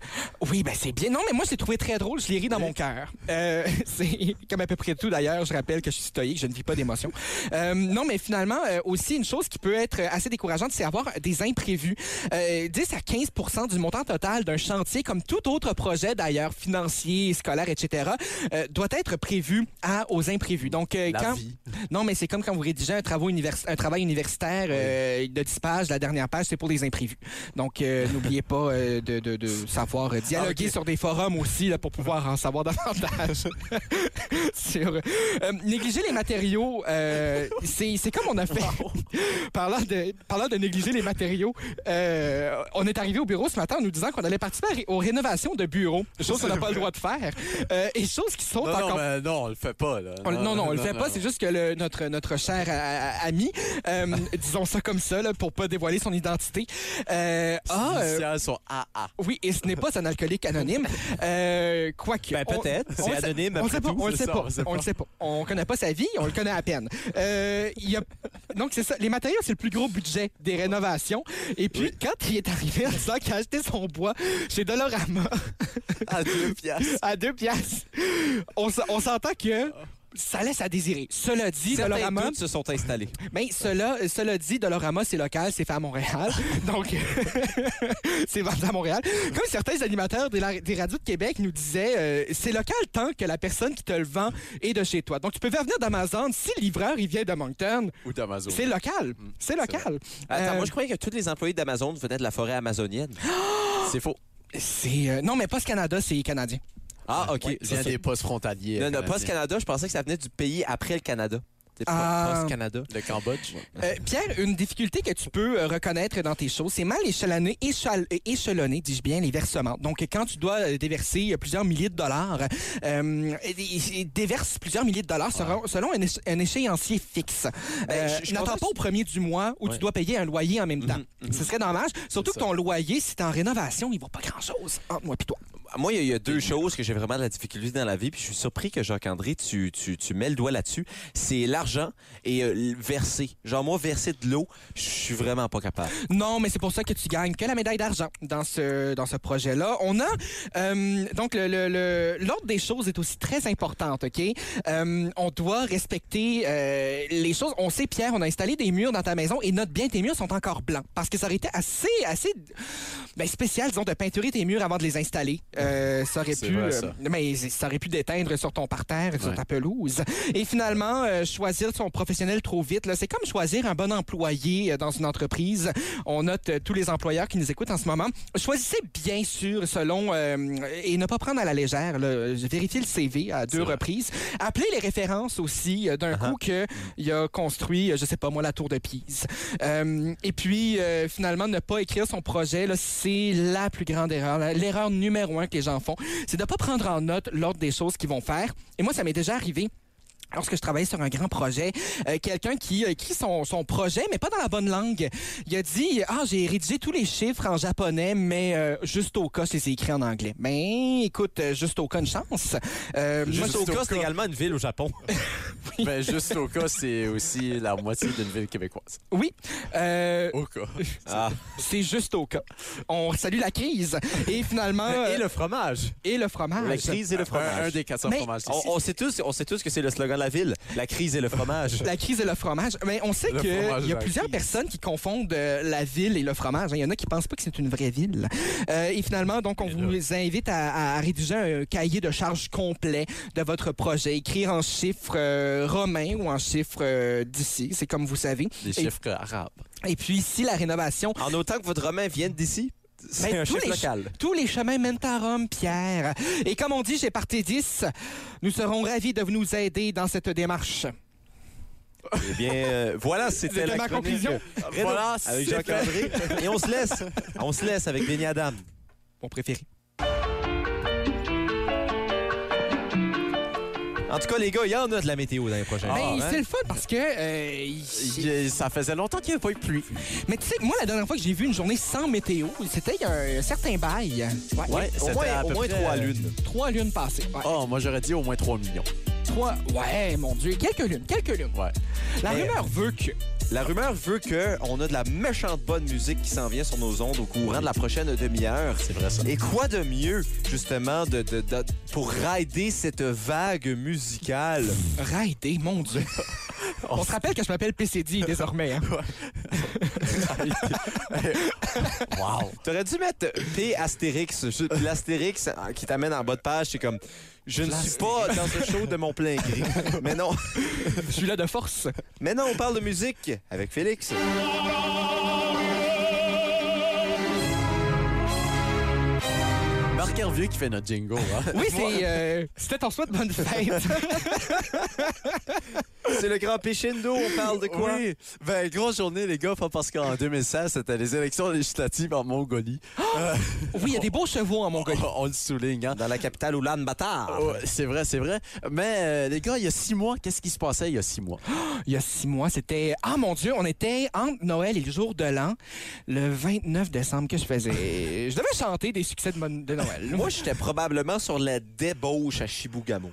Speaker 4: Oui, ben c'est bien. Non, mais moi, j'ai trouvé très drôle. Je l'ai ri dans mon cœur. Euh, c'est comme à peu près tout, d'ailleurs. Je rappelle que je suis stoïque, je ne vis pas d'émotion. Euh, non, mais finalement, euh, aussi, une chose qui peut être assez décourageante, c'est avoir des imprévus. Euh, 10 à 15 du montant total d'un chantier, comme tout autre projet, d'ailleurs, financier, scolaire, etc., euh, doit être prévu à, aux imprévus. Donc, euh,
Speaker 3: La
Speaker 4: quand...
Speaker 3: vie.
Speaker 4: Non, mais c'est comme quand vous rédigez un, travaux univers- un travail universitaire euh, de 10 pages, la dernière page, c'est pour les imprévus. Donc, euh, n'oubliez pas euh, de, de- de savoir euh, dialoguer sur des forums aussi là, pour pouvoir en savoir davantage. sur, euh, négliger les matériaux, euh, c'est c'est comme on a fait. parlant, de, parlant de négliger les matériaux, euh, on est arrivé au bureau ce matin en nous disant qu'on allait participer à ré- aux rénovations de bureaux, chose oh, qu'on n'a pas le droit de faire, euh, et choses qui
Speaker 2: Oh,
Speaker 4: sont
Speaker 3: Non,
Speaker 4: encore
Speaker 3: non, mais non, on le fait pas. Là.
Speaker 4: on- non, non, on le fait pas. C'est juste que le- notre, notre cher euh, ami, euh, disons ça comme ça, là, pour pas dévoiler son identité, euh,
Speaker 3: Ah,
Speaker 4: a, euh,
Speaker 3: sont AA.
Speaker 4: oui, et ce n'est pas un alcoolique anonyme. Euh, Quoique.
Speaker 1: Ben,
Speaker 4: on-
Speaker 1: peut-être.
Speaker 4: on
Speaker 1: C'est
Speaker 4: le sait-
Speaker 1: anonyme,
Speaker 4: On le
Speaker 1: après
Speaker 4: sait pas.
Speaker 1: tout.
Speaker 4: On le
Speaker 3: C'est
Speaker 4: sait
Speaker 3: ça,
Speaker 4: pas.
Speaker 3: on le sait
Speaker 4: On le
Speaker 3: pas.
Speaker 4: sait pas. On connaît pas sa vie, on le connaît à peine. Euh, il y a- Donc, c'est ça. Les matériaux, c'est le plus gros budget des rénovations. Et puis, quand il est arrivé en disant qu'il a acheté son bois chez Dolorama
Speaker 3: À deux piastres.
Speaker 4: à deux piastres, on, s- on s'entend que. Ça laisse à désirer. Cela dit,
Speaker 1: Certains
Speaker 4: Dolorama...
Speaker 1: doutes se sont installés.
Speaker 4: Mais cela, cela dit, Dolorama, c'est local, c'est fait à Montréal. Donc, c'est vendu à Montréal. Comme certains animateurs des, la- des radios de Québec nous disaient, euh, c'est local tant que la personne qui te le vend est de chez toi. Donc, tu peux faire venir d'Amazon. Si le livreur, il vient de Moncton,
Speaker 3: Ou d'Amazon.
Speaker 4: c'est local. C'est local.
Speaker 1: Attends,
Speaker 4: Euh,
Speaker 1: moi, je croyais que tous les employés d'Amazon venaient de la forêt amazonienne.
Speaker 3: C'est faux.
Speaker 4: c'est, euh, non, mais pas ce Canada, c'est canadien.
Speaker 1: Ah, OK.
Speaker 3: Ouais, Il y a des postes frontaliers.
Speaker 1: Non, non,
Speaker 3: canadiens.
Speaker 1: Post-Canada, je pensais que ça venait du pays après le Canada. C'est
Speaker 4: Ah.
Speaker 1: pas Post-Canada.
Speaker 3: Le Cambodge.
Speaker 4: Euh, Pierre, une difficulté que tu peux euh, reconnaître dans tes choses, c'est mal échelonné, échal- euh, échelonné, dis-je bien, les versements. Donc, quand tu dois euh, déverser euh, plusieurs milliers de dollars, euh, et- et- et déverse plusieurs milliers de dollars selon, selon un, éche- un échéancier fixe.
Speaker 1: Ben,
Speaker 4: Euh,
Speaker 1: je- je
Speaker 4: N'attends
Speaker 1: comprends-
Speaker 4: pas au premier du mois où
Speaker 1: Ouais.
Speaker 4: tu dois payer un loyer en même temps. Ce serait dommage, surtout que
Speaker 3: ça.
Speaker 4: ton loyer, si t'es en rénovation, il vaut pas grand-chose. Entre moi puis toi.
Speaker 1: Moi, il y a- il y, a deux choses que j'ai vraiment de la difficulté dans la vie, puis je suis surpris que Jacques-André, tu, tu, tu mets le doigt là-dessus. C'est l'argent et euh, le verser. Genre, moi, verser de l'eau, je suis vraiment pas capable.
Speaker 4: Non, mais c'est pour ça que tu gagnes que la médaille d'argent dans ce, dans ce projet-là. On a, euh, donc, l'ordre le, le- l'ordre des choses est aussi très importante, OK? Euh, on doit respecter euh, les choses. On sait, Pierre, on a installé des murs dans ta maison et note bien, tes murs sont encore blancs parce que ça aurait été assez, assez ben, spécial, disons, de peinturer tes murs avant de les installer. Euh, ça aurait
Speaker 3: C'est
Speaker 4: pu,
Speaker 3: vrai,
Speaker 4: euh,
Speaker 3: ça.
Speaker 4: mais ça aurait pu déteindre sur ton parterre, sur
Speaker 3: Ouais.
Speaker 4: ta pelouse. Et finalement, euh, choisir son professionnel trop vite, là, c'est comme choisir un bon employé euh, dans une entreprise. On note euh, tous les employeurs qui nous écoutent en ce moment. Choisissez bien sûr selon euh, et ne pas prendre à la légère. Là. Vérifiez le CV à deux reprises. Appelez les références aussi euh, d'un coup que il a construit, euh, je sais pas moi, la tour de Pise. Euh, et puis euh, finalement, ne pas écrire son projet, là, c'est la plus grande erreur, la- l'erreur numéro un que les gens font, c'est de pas prendre en note l'ordre des choses qu'ils vont faire. Et moi, ça m'est déjà arrivé
Speaker 2: lorsque je travaillais sur un grand projet, euh, quelqu'un qui a écrit son, son projet, mais pas dans la bonne langue. Il a dit, ah, j'ai rédigé tous les chiffres en japonais, mais euh, juste au cas, c'est écrit en anglais. Ben, écoute, euh, juste au cas, une chance. Euh, moi,
Speaker 3: Juste
Speaker 1: Juste au
Speaker 3: au
Speaker 1: cas, c'est
Speaker 3: cas.
Speaker 1: également une ville au Japon.
Speaker 3: Ben, juste au cas, c'est aussi la moitié d'une ville québécoise.
Speaker 2: oui, euh,
Speaker 3: Au cas.
Speaker 1: Ah.
Speaker 2: c'est juste au cas. On salue la crise. Et finalement,
Speaker 1: Et
Speaker 2: euh,
Speaker 1: le fromage.
Speaker 2: et le fromage.
Speaker 1: La crise et le
Speaker 3: Un, un
Speaker 1: fromage.
Speaker 3: des 400
Speaker 2: Mais-
Speaker 3: fromages. ici.
Speaker 1: On, on sait tous, on sait tous que c'est le slogan de la ville. La crise et le fromage.
Speaker 2: La crise et le fromage. Mais on sait
Speaker 3: Le fromage
Speaker 2: qu'il y a
Speaker 3: dans la
Speaker 2: plusieurs
Speaker 3: crise.
Speaker 2: personnes qui confondent euh, la ville et le fromage. hein. Il y en a qui pensent pas que c'est une vraie ville. Euh, et finalement, donc, on vous invite à, à rédiger un cahier de charges complet de votre projet. Écrire en chiffres euh, romains ou en chiffres euh, d'ici. C'est comme vous savez.
Speaker 3: Des chiffres euh, arabes.
Speaker 2: Et puis, si la rénovation
Speaker 1: En autant que votre roman vienne d'ici, c'est
Speaker 2: Ben,
Speaker 1: un
Speaker 2: tous
Speaker 1: chef
Speaker 2: les-
Speaker 1: local.
Speaker 2: Tous les chemins mènent à Rome, Pierre. Et comme on dit j'ai parté 10, nous serons ravis de nous aider dans cette démarche.
Speaker 1: Eh bien, euh, voilà, c'était
Speaker 2: C'était
Speaker 1: la
Speaker 2: ma
Speaker 1: chronique. euh,
Speaker 2: conclusion.
Speaker 1: Renaud,
Speaker 3: Voilà,
Speaker 1: avec
Speaker 3: c'était-
Speaker 1: Jacques André. Et on se laisse. On se laisse avec Benny Adam.
Speaker 2: Mon préféré.
Speaker 1: En tout cas, les gars, il y en a de la météo dans les
Speaker 3: Ah,
Speaker 1: prochains
Speaker 2: Ben,
Speaker 1: jours, hein?
Speaker 2: c'est le fun parce que. euh, il-
Speaker 3: Il- Ça faisait longtemps qu'il n'y avait pas eu de pluie.
Speaker 2: Mais tu sais, moi, la dernière fois que j'ai vu une journée sans météo, c'était il y a un certain bail. Ouais.
Speaker 3: Ouais,
Speaker 1: Au
Speaker 3: c'était
Speaker 1: moins-
Speaker 3: à
Speaker 1: au
Speaker 3: peu
Speaker 1: moins
Speaker 3: près,
Speaker 1: trois
Speaker 3: euh,
Speaker 1: lunes.
Speaker 2: Trois lunes passées. Ouais.
Speaker 3: Oh, moi j'aurais dit au moins 3 millions.
Speaker 2: Trois. Ouais, mon Dieu. Quelques lunes, quelques lunes.
Speaker 3: Ouais.
Speaker 2: La
Speaker 1: Mais-
Speaker 2: rumeur veut que.
Speaker 1: La rumeur veut que on a de la méchante bonne musique qui s'en vient sur nos ondes au courant de la prochaine demi-heure.
Speaker 3: C'est vrai ça.
Speaker 1: Et quoi de mieux, justement, de, de- de- pour rider cette vague musicale?
Speaker 2: Rider, mon Dieu. On se rappelle que je m'appelle PCD désormais. hein.
Speaker 3: Wow.
Speaker 1: T'aurais dû mettre P astérix. Je- puis L'astérix euh, qui t'amène en bas de page, c'est comme je ne suis pas dans ce show de mon plein gris. Mais non,
Speaker 2: Je suis là de force.
Speaker 1: mais non, on parle de musique avec Félix.
Speaker 3: Marc Hervieux qui fait notre jingle. hein.
Speaker 2: Oui, c'est. euh, C'était en soi de bonne fête.
Speaker 1: C'est le grand Pichindo, on parle de quoi?
Speaker 3: Oui. Ben, grosse journée, les gars, pas parce qu'en 2016, c'était les élections législatives en Mongolie.
Speaker 2: Oui, il y a des beaux chevaux en Mongolie. Ah,
Speaker 3: On le souligne, hein.
Speaker 1: Dans la capitale Oulan-Batar.
Speaker 3: Oh, c'est vrai, c'est vrai. Mais euh, les gars, il y a six mois, qu'est-ce qui se passait il y a six mois?
Speaker 2: Il y a six mois, c'était. Ah mon Dieu, on était entre Noël et le jour de l'an, le 29 décembre que je faisais. Je devais chanter des succès de, mon- de Noël.
Speaker 1: Moi, j'étais probablement sur la débauche à Chibougamau.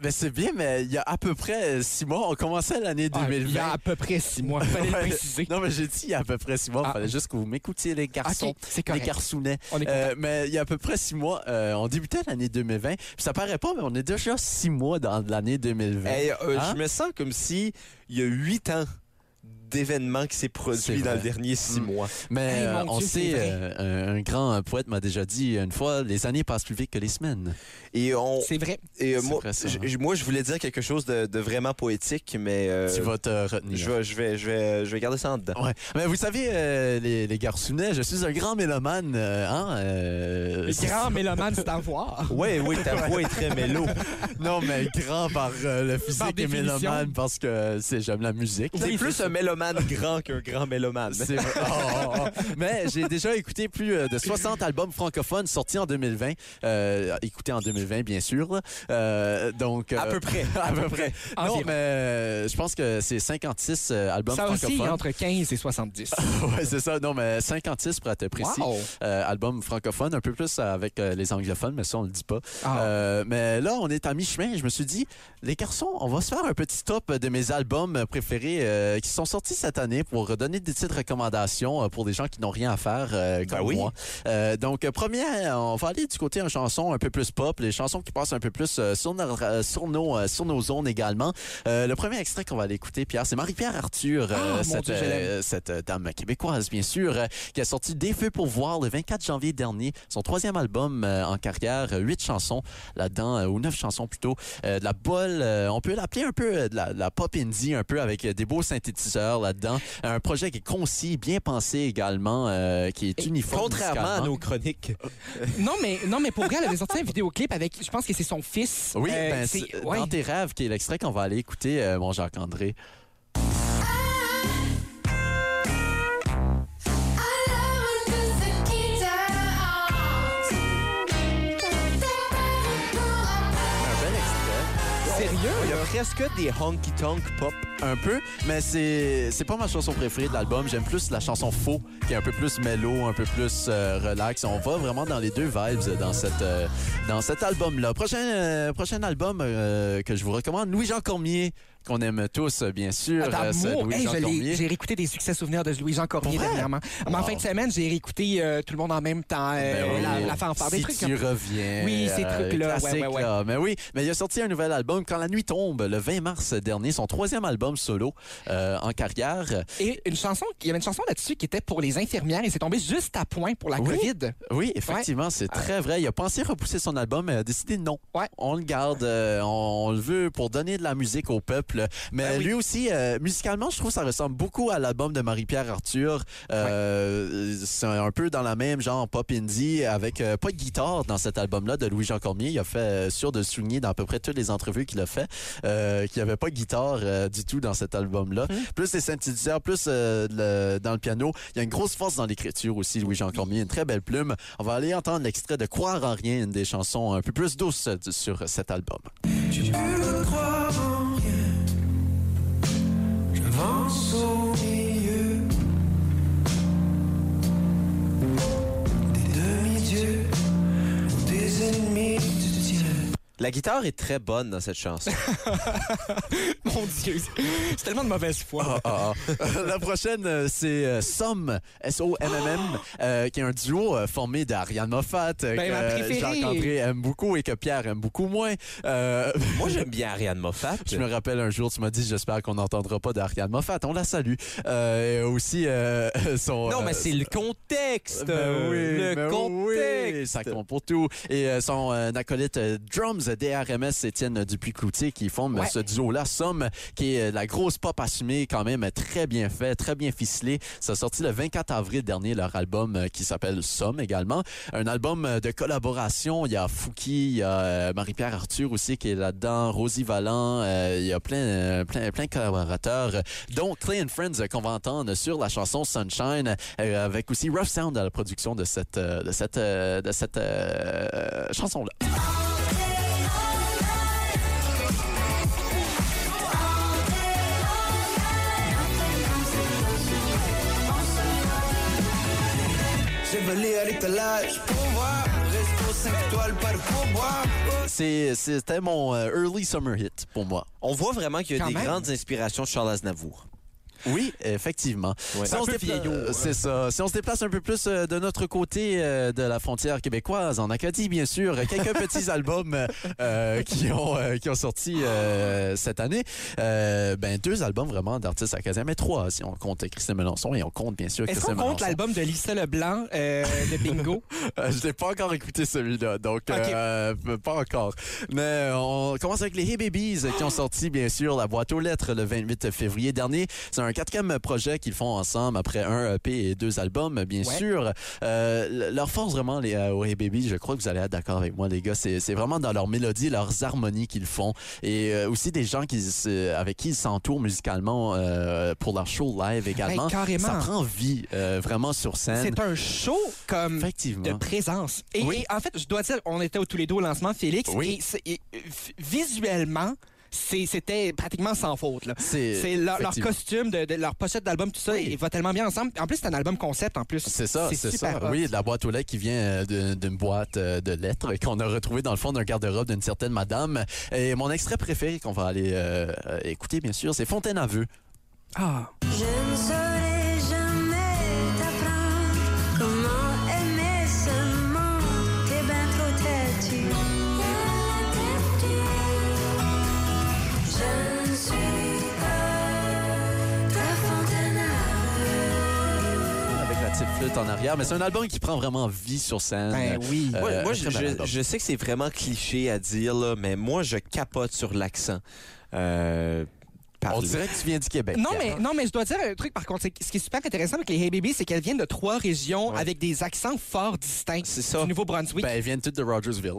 Speaker 3: Ben, c'est bien, mais il y a à peu près euh, six mois, on commençait l'année
Speaker 2: Ah, il y a
Speaker 3: 2020.
Speaker 2: à peu près six mois, fallait le
Speaker 3: Ouais.
Speaker 2: préciser.
Speaker 3: Non, mais j'ai dit il y a à peu près six mois. Il
Speaker 2: Ah.
Speaker 3: fallait juste que vous m'écoutiez, les garçons.
Speaker 2: OK, c'est
Speaker 3: Les
Speaker 2: correct.
Speaker 3: garçonnets.
Speaker 2: On est
Speaker 3: Euh, mais il y a à peu près six mois, euh, on débutait l'année 2020. Puis ça paraît pas, mais on est déjà six mois dans l'année 2020.
Speaker 1: Hey, euh,
Speaker 3: Hein?
Speaker 1: Je me sens comme si il y a huit ans d'événements qui s'est
Speaker 3: C'est
Speaker 1: produit dans
Speaker 3: vrai.
Speaker 1: le dernier six
Speaker 3: Mm.
Speaker 1: mois.
Speaker 3: Mais
Speaker 2: Hey,
Speaker 3: euh,
Speaker 2: mon
Speaker 3: on
Speaker 2: Dieu, c'est
Speaker 3: sait,
Speaker 2: vrai.
Speaker 3: euh, un, un grand euh, poète m'a déjà dit une fois, les années passent plus vite que les semaines.
Speaker 1: Et, on,
Speaker 2: C'est vrai.
Speaker 1: et euh,
Speaker 3: c'est
Speaker 1: moi,
Speaker 3: vrai, ça,
Speaker 1: j-
Speaker 3: hein.
Speaker 1: moi, je voulais dire quelque chose de, de vraiment poétique, mais euh,
Speaker 3: tu vas te retenir.
Speaker 1: je, vais, je, vais, je, vais, je vais garder ça en dedans.
Speaker 3: Ouais. Mais vous savez, euh, les, les garçonnets, je suis un grand mélomane. euh, hein, euh,
Speaker 2: Le grand mélomane, c'est à voir.
Speaker 1: Oui, oui, ta voix est très mélo.
Speaker 3: Non, mais grand par euh, le physique
Speaker 2: Par
Speaker 3: et
Speaker 2: définition.
Speaker 3: mélomane parce que euh, c'est j'aime la musique.
Speaker 1: T'es plus un mélomane grand qu'un grand mélomane.
Speaker 3: C'est vrai. Oh, oh, oh. Mais j'ai déjà écouté plus euh, de 60 albums francophones sortis en 2020. Euh, écoutés en 2020, bien sûr. là. Euh, donc,
Speaker 1: À
Speaker 3: euh,
Speaker 1: peu près.
Speaker 3: à peu près. Non,
Speaker 2: Environ.
Speaker 3: mais euh, je pense que c'est 56 euh, albums
Speaker 2: Ah, Ça aussi,
Speaker 3: francophones.
Speaker 2: entre 15 et 70.
Speaker 3: ouais, c'est ça. Non, mais 56 pour être précis.
Speaker 2: Wow.
Speaker 3: Euh, albums francophones, un peu plus avec euh, les anglophones, mais ça, on le dit pas.
Speaker 2: Ah.
Speaker 3: Euh, mais là, on est à mi-chemin. Je me suis dit, les garçons, on va se faire un petit top de mes albums préférés euh, qui sont sortis cette année pour donner des petites recommandations euh, pour des gens qui n'ont rien à faire euh, comme
Speaker 1: Ben oui.
Speaker 3: moi. Euh, donc, euh, première, on va aller du côté en chansons un peu plus pop, les chansons qui passent un peu plus euh, sur, nos- euh, sur nos, euh, sur nos zones également. Euh, le premier extrait qu'on va aller écouter, Pierre, c'est Marie-Pierre Arthur, euh,
Speaker 2: Ah, mon
Speaker 3: cette,
Speaker 2: Dieu, je l'aime.
Speaker 3: euh, cette euh, dame québécoise, bien sûr, euh, qui a sorti Des Feux pour voir le 24 janvier dernier, son troisième album euh, en carrière, euh, huit chansons là-dedans, euh, ou neuf chansons plutôt, euh, de la bol, euh, on peut l'appeler un peu euh, de la, de la pop indie, un peu avec euh, des beaux synthétiseurs là-dedans. Un projet qui est concis, bien pensé également, euh, qui est uniforme.
Speaker 1: Contrairement à
Speaker 3: musicalement.
Speaker 1: nos chroniques.
Speaker 2: Non, mais, non, mais pour vrai, elle avait sorti un vidéoclip avec, je pense que c'est son fils.
Speaker 3: Oui,
Speaker 2: Euh,
Speaker 3: ben,
Speaker 2: c'est-
Speaker 3: c'est-
Speaker 2: ouais.
Speaker 3: dans tes rêves, qui est l'extrait qu'on va aller écouter, euh, mon Jacques-André.
Speaker 1: Un bel extrait.
Speaker 2: Sérieux,
Speaker 1: Il a
Speaker 2: là?
Speaker 1: pris presque des honky tonk pop.
Speaker 3: un peu, mais c'est c'est pas ma chanson préférée de l'album. J'aime plus la chanson Faux, qui est un peu plus mellow, un peu plus euh, relax. On va vraiment dans les deux vibes euh, dans, cette, euh, dans cet album-là. Prochain, euh, prochain album euh, que je vous recommande, Louis-Jean Cormier, qu'on aime tous, euh, bien sûr. euh, ce
Speaker 2: Ah, D'amour. Hey,
Speaker 3: Louis-Jean
Speaker 2: je l'ai-
Speaker 3: Cormier.
Speaker 2: j'ai réécouté des succès souvenirs de Louis-Jean Cormier
Speaker 3: Pour vrai?
Speaker 2: dernièrement. Mais en
Speaker 3: Wow.
Speaker 2: fin de semaine, j'ai réécouté euh, Tout le monde en même temps, euh,
Speaker 3: Ben oui.
Speaker 2: la, la fanfare, des
Speaker 3: Si
Speaker 2: trucs hein.
Speaker 3: tu
Speaker 2: comme-
Speaker 3: reviens.
Speaker 2: Oui, ces
Speaker 3: euh,
Speaker 2: trucs-là, ouais,
Speaker 3: classiques,
Speaker 2: ouais, ouais.
Speaker 3: là. Mais oui, mais il a sorti un nouvel album quand la nuit tombe, le 20 mars dernier, son troisième album solo euh, en carrière.
Speaker 2: Et une chanson, il y avait une chanson là-dessus qui était pour les infirmières et c'est tombé juste à point pour la
Speaker 3: Oui.
Speaker 2: COVID.
Speaker 3: Oui, effectivement, c'est très vrai. Il a pensé repousser son album, mais a décidé non.
Speaker 2: Euh, Ouais.
Speaker 3: On le garde, euh, on, on le veut pour donner de la musique au peuple. Mais
Speaker 2: Ben oui.
Speaker 3: lui aussi, euh, musicalement, je trouve que ça ressemble beaucoup à l'album de Marie-Pierre Arthur. Euh, C'est un peu dans la même genre pop indie, avec euh, pas de guitare dans cet album-là de Louis-Jean Cormier. Il a fait euh, sûr de le souligner dans à peu près toutes les entrevues qu'il a fait euh, qu'il n'y avait pas de guitare euh, du tout dans cet album-là. Plus les synthétiseurs, plus euh, le- dans le piano. Il y a une grosse force dans l'écriture aussi, Louis-Jean Cormier, une très belle plume. On va aller entendre l'extrait de Croire en rien, une des chansons un peu plus douces euh, du- sur cet album.
Speaker 10: Je ne crois en rien. J'avance au milieu des demi-dieux ou des ennemis du ciel.
Speaker 1: La guitare est très bonne dans cette chanson.
Speaker 2: Mon Dieu, c'est tellement de mauvaise foi.
Speaker 3: Ah, ah, ah. La prochaine, euh, c'est euh, Somme, S-O-M-M-M, euh, qui est un duo euh, formé d'Ariane Moffat, euh,
Speaker 2: Ben, ma
Speaker 3: que
Speaker 2: préférée.
Speaker 3: Jacques-André aime beaucoup et que Pierre aime beaucoup moins. Euh,
Speaker 1: Moi, j'aime bien Ariane Moffat.
Speaker 3: Je me rappelle un jour, tu m'as dit, j'espère qu'on n'entendra pas d'Ariane Moffat. On la salue. Euh, et aussi, euh, son.
Speaker 1: Non, mais
Speaker 3: euh,
Speaker 1: c'est le contexte. euh,
Speaker 3: ben oui,
Speaker 1: le
Speaker 3: ben
Speaker 1: contexte.
Speaker 3: oui, ça compte pour tout. Et euh, son euh, acolyte euh, drums euh, DRMS, Étienne Dupuis-Cloutier, qui forme euh,
Speaker 2: Ouais.
Speaker 3: ce duo-là, Somme, qui est euh, la grosse pop assumée, quand même euh, très bien fait, très bien ficelé. Ça a sorti le 24 avril dernier, leur album euh, qui s'appelle Somme également. Un album euh, de collaboration. Il y a Fouki, il y a euh, Marie-Pierre Arthur aussi qui est là-dedans, Rosie Vallant, euh, il y a plein, euh, plein, plein de collaborateurs, euh, dont Clay and Friends euh, qu'on va entendre sur la chanson Sunshine, euh, avec aussi Rough Sound à la production de cette, euh, de cette, euh, de cette euh, chanson-là.
Speaker 10: J'ai volé à l'étalage pour voir. Resto 5 étoiles, pas de pourboire.
Speaker 3: C'est- C'était mon euh, early summer hit pour moi.
Speaker 1: On voit vraiment qu'il y a
Speaker 2: Quand
Speaker 1: des
Speaker 2: même.
Speaker 1: grandes inspirations de Charles Aznavour.
Speaker 3: Oui, effectivement.
Speaker 1: Ouais.
Speaker 3: Si on se dépla-
Speaker 2: hein.
Speaker 3: euh, C'est ça. Si on se déplace un peu plus euh, de notre côté euh, de la frontière québécoise, en Acadie, bien sûr, quelques petits albums euh, qui ont euh, qui ont sorti euh, cette année. Euh, ben deux albums vraiment d'artistes acadiens, mais trois si on compte Christine Melançon et on compte bien sûr
Speaker 2: Est-ce
Speaker 3: Christine
Speaker 2: qu'on compte
Speaker 3: Melançon.
Speaker 2: l'album de Lisa Leblanc, euh, de Bingo?
Speaker 3: Euh, je l'ai pas encore écouté celui-là, donc euh, pas encore. Mais euh, on commence avec les Hey Babies euh, qui ont sorti bien sûr la boîte aux lettres le 28 février dernier. C'est un quatrième projet qu'ils font ensemble après un EP et deux albums, bien
Speaker 2: Ouais.
Speaker 3: sûr. Euh, le- leur force vraiment les euh, aux Hey Babies, je crois que vous allez être d'accord avec moi les gars, c'est c'est vraiment dans leur mélodie, leurs harmonies qu'ils font et euh, aussi des gens qui se- avec qui ils s'entourent musicalement euh, pour leur show live également.
Speaker 2: carrément.
Speaker 3: Ça prend vie euh, vraiment sur scène.
Speaker 2: C'est un show comme de
Speaker 3: Effectivement.
Speaker 2: présence. Et,
Speaker 3: Oui.
Speaker 2: et en fait, je dois dire, on était tous les deux au lancement, Félix,
Speaker 3: Oui.
Speaker 2: et c'est- et, euh, f- visuellement, c'est- c'était pratiquement sans faute. là.
Speaker 3: C'est
Speaker 2: C'est leur, leur
Speaker 3: Euh, effectivement.
Speaker 2: costume, de, de- leur pochette d'album, tout ça, il va tellement bien ensemble. En plus, c'est un album concept, en plus.
Speaker 3: C'est ça, c'est
Speaker 2: super
Speaker 3: ça.
Speaker 2: hot.
Speaker 3: Oui, de la boîte aux lettres qui vient euh, de- d'une boîte euh, de lettres euh, qu'on a retrouvée dans le fond d'un garde-robe d'une certaine madame. Et mon extrait préféré qu'on va aller euh, euh, écouter, bien sûr, c'est Fontaine à vœux.
Speaker 2: Ah.
Speaker 11: Je ne saurais jamais t'apprendre comment aimer ce monde. T'es bien trop têtu. Je ne suis pas ta fontaine
Speaker 3: Avec la petite flûte en arrière. Mais c'est un album qui prend vraiment vie sur scène.
Speaker 2: Ben oui.
Speaker 3: Euh,
Speaker 1: Moi, moi,
Speaker 3: un
Speaker 1: je,
Speaker 3: très bel
Speaker 1: je-
Speaker 3: album.
Speaker 1: je sais que c'est vraiment cliché à dire, là, mais moi, je capote sur l'accent. Euh,
Speaker 3: On
Speaker 1: parler.
Speaker 3: dirait que tu viens du Québec.
Speaker 2: Non mais, non, mais je dois dire un truc, par contre. c'est que Ce qui est super intéressant avec les Hey Babies, c'est qu'elles viennent de trois régions avec des accents forts distincts.
Speaker 1: C'est ça.
Speaker 2: Du Nouveau-Brunswick.
Speaker 3: Ben, ils viennent tous de Rogersville.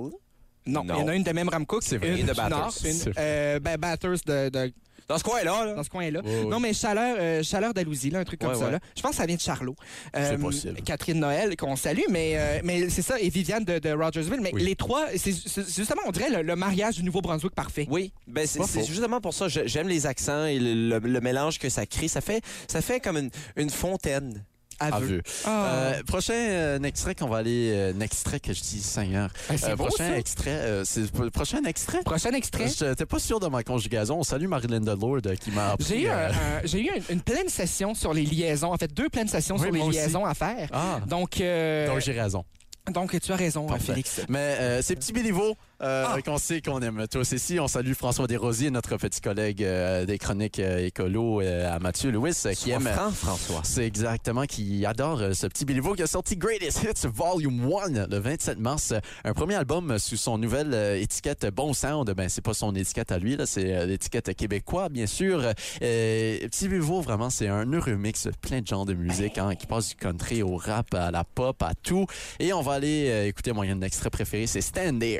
Speaker 2: non,
Speaker 1: non.
Speaker 2: il y en a une de même Ramcook.
Speaker 1: C'est vrai.
Speaker 2: Une
Speaker 1: Et de
Speaker 2: du Nord,
Speaker 1: Bathurst.
Speaker 2: une-
Speaker 3: C'est
Speaker 2: euh, ben, Bathurst de, de
Speaker 1: Dans ce coin-là, là.
Speaker 2: dans ce coin-là.
Speaker 3: Oui, oui.
Speaker 2: Non, mais chaleur, euh, chaleur d'Alousie, là, un truc comme
Speaker 1: Ouais,
Speaker 2: ça.
Speaker 1: ouais.
Speaker 2: là. Je pense que ça vient de Charlot. Euh,
Speaker 3: C'est possible.
Speaker 2: Catherine Noël, qu'on salue, mais, euh, mais c'est ça, et Viviane de, de Rogersville. Mais
Speaker 3: Oui.
Speaker 2: les trois, c'est c'est justement, on dirait le, le mariage du Nouveau-Brunswick parfait.
Speaker 1: Oui, ben c'est
Speaker 2: Pas
Speaker 1: c'est
Speaker 2: faux.
Speaker 1: justement pour ça. je- J'aime les accents et le, le- le mélange que ça crée. Ça fait, ça fait comme une, une fontaine.
Speaker 2: À vœux.
Speaker 3: Aveu.
Speaker 2: Ah.
Speaker 3: Euh, prochain euh, extrait qu'on va aller... euh, un extrait que je dis, Seigneur.
Speaker 2: Ah, c'est
Speaker 3: Euh,
Speaker 2: beau,
Speaker 3: prochain
Speaker 2: ça.
Speaker 3: extrait. euh, c'est le prochain extrait?
Speaker 2: Prochain extrait.
Speaker 3: Je n'étais pas sûr de ma conjugaison. On salue Marilyn Delord euh, qui m'a appris...
Speaker 2: J'ai eu,
Speaker 3: euh,
Speaker 2: un- un- j'ai eu une, une pleine session sur les liaisons. En fait, deux pleines sessions
Speaker 3: Oui,
Speaker 2: sur les
Speaker 3: moi aussi.
Speaker 2: liaisons à faire.
Speaker 3: Ah,
Speaker 2: Donc, euh,
Speaker 3: donc j'ai raison.
Speaker 2: donc, tu as raison, hein,
Speaker 3: Parfait.
Speaker 2: Félix.
Speaker 3: Mais euh, ces petits bénévoles euh,
Speaker 2: Ah.
Speaker 3: qu'on sait qu'on aime tous ici, on salue François Desrosiers, notre petit collègue euh, des chroniques euh, écolo euh, à Mathieu Lewis, euh, qui
Speaker 1: Sois
Speaker 3: aime...
Speaker 1: franc, François.
Speaker 3: C'est exactement qui adore euh, ce petit Béliveau qui a sorti Greatest Hits Volume 1 le 27 mars. Euh, Un premier album euh, sous son nouvelle euh, étiquette Bon Sound. Ben, c'est pas son étiquette à lui, là, c'est euh, l'étiquette québécois, bien sûr. Euh, petit Béliveau, vraiment, c'est un heureux mix, plein de genres de musique hein, qui passe du country au rap, à la pop, à tout. Et on va aller euh, écouter mon extrait préféré, c'est Stand There.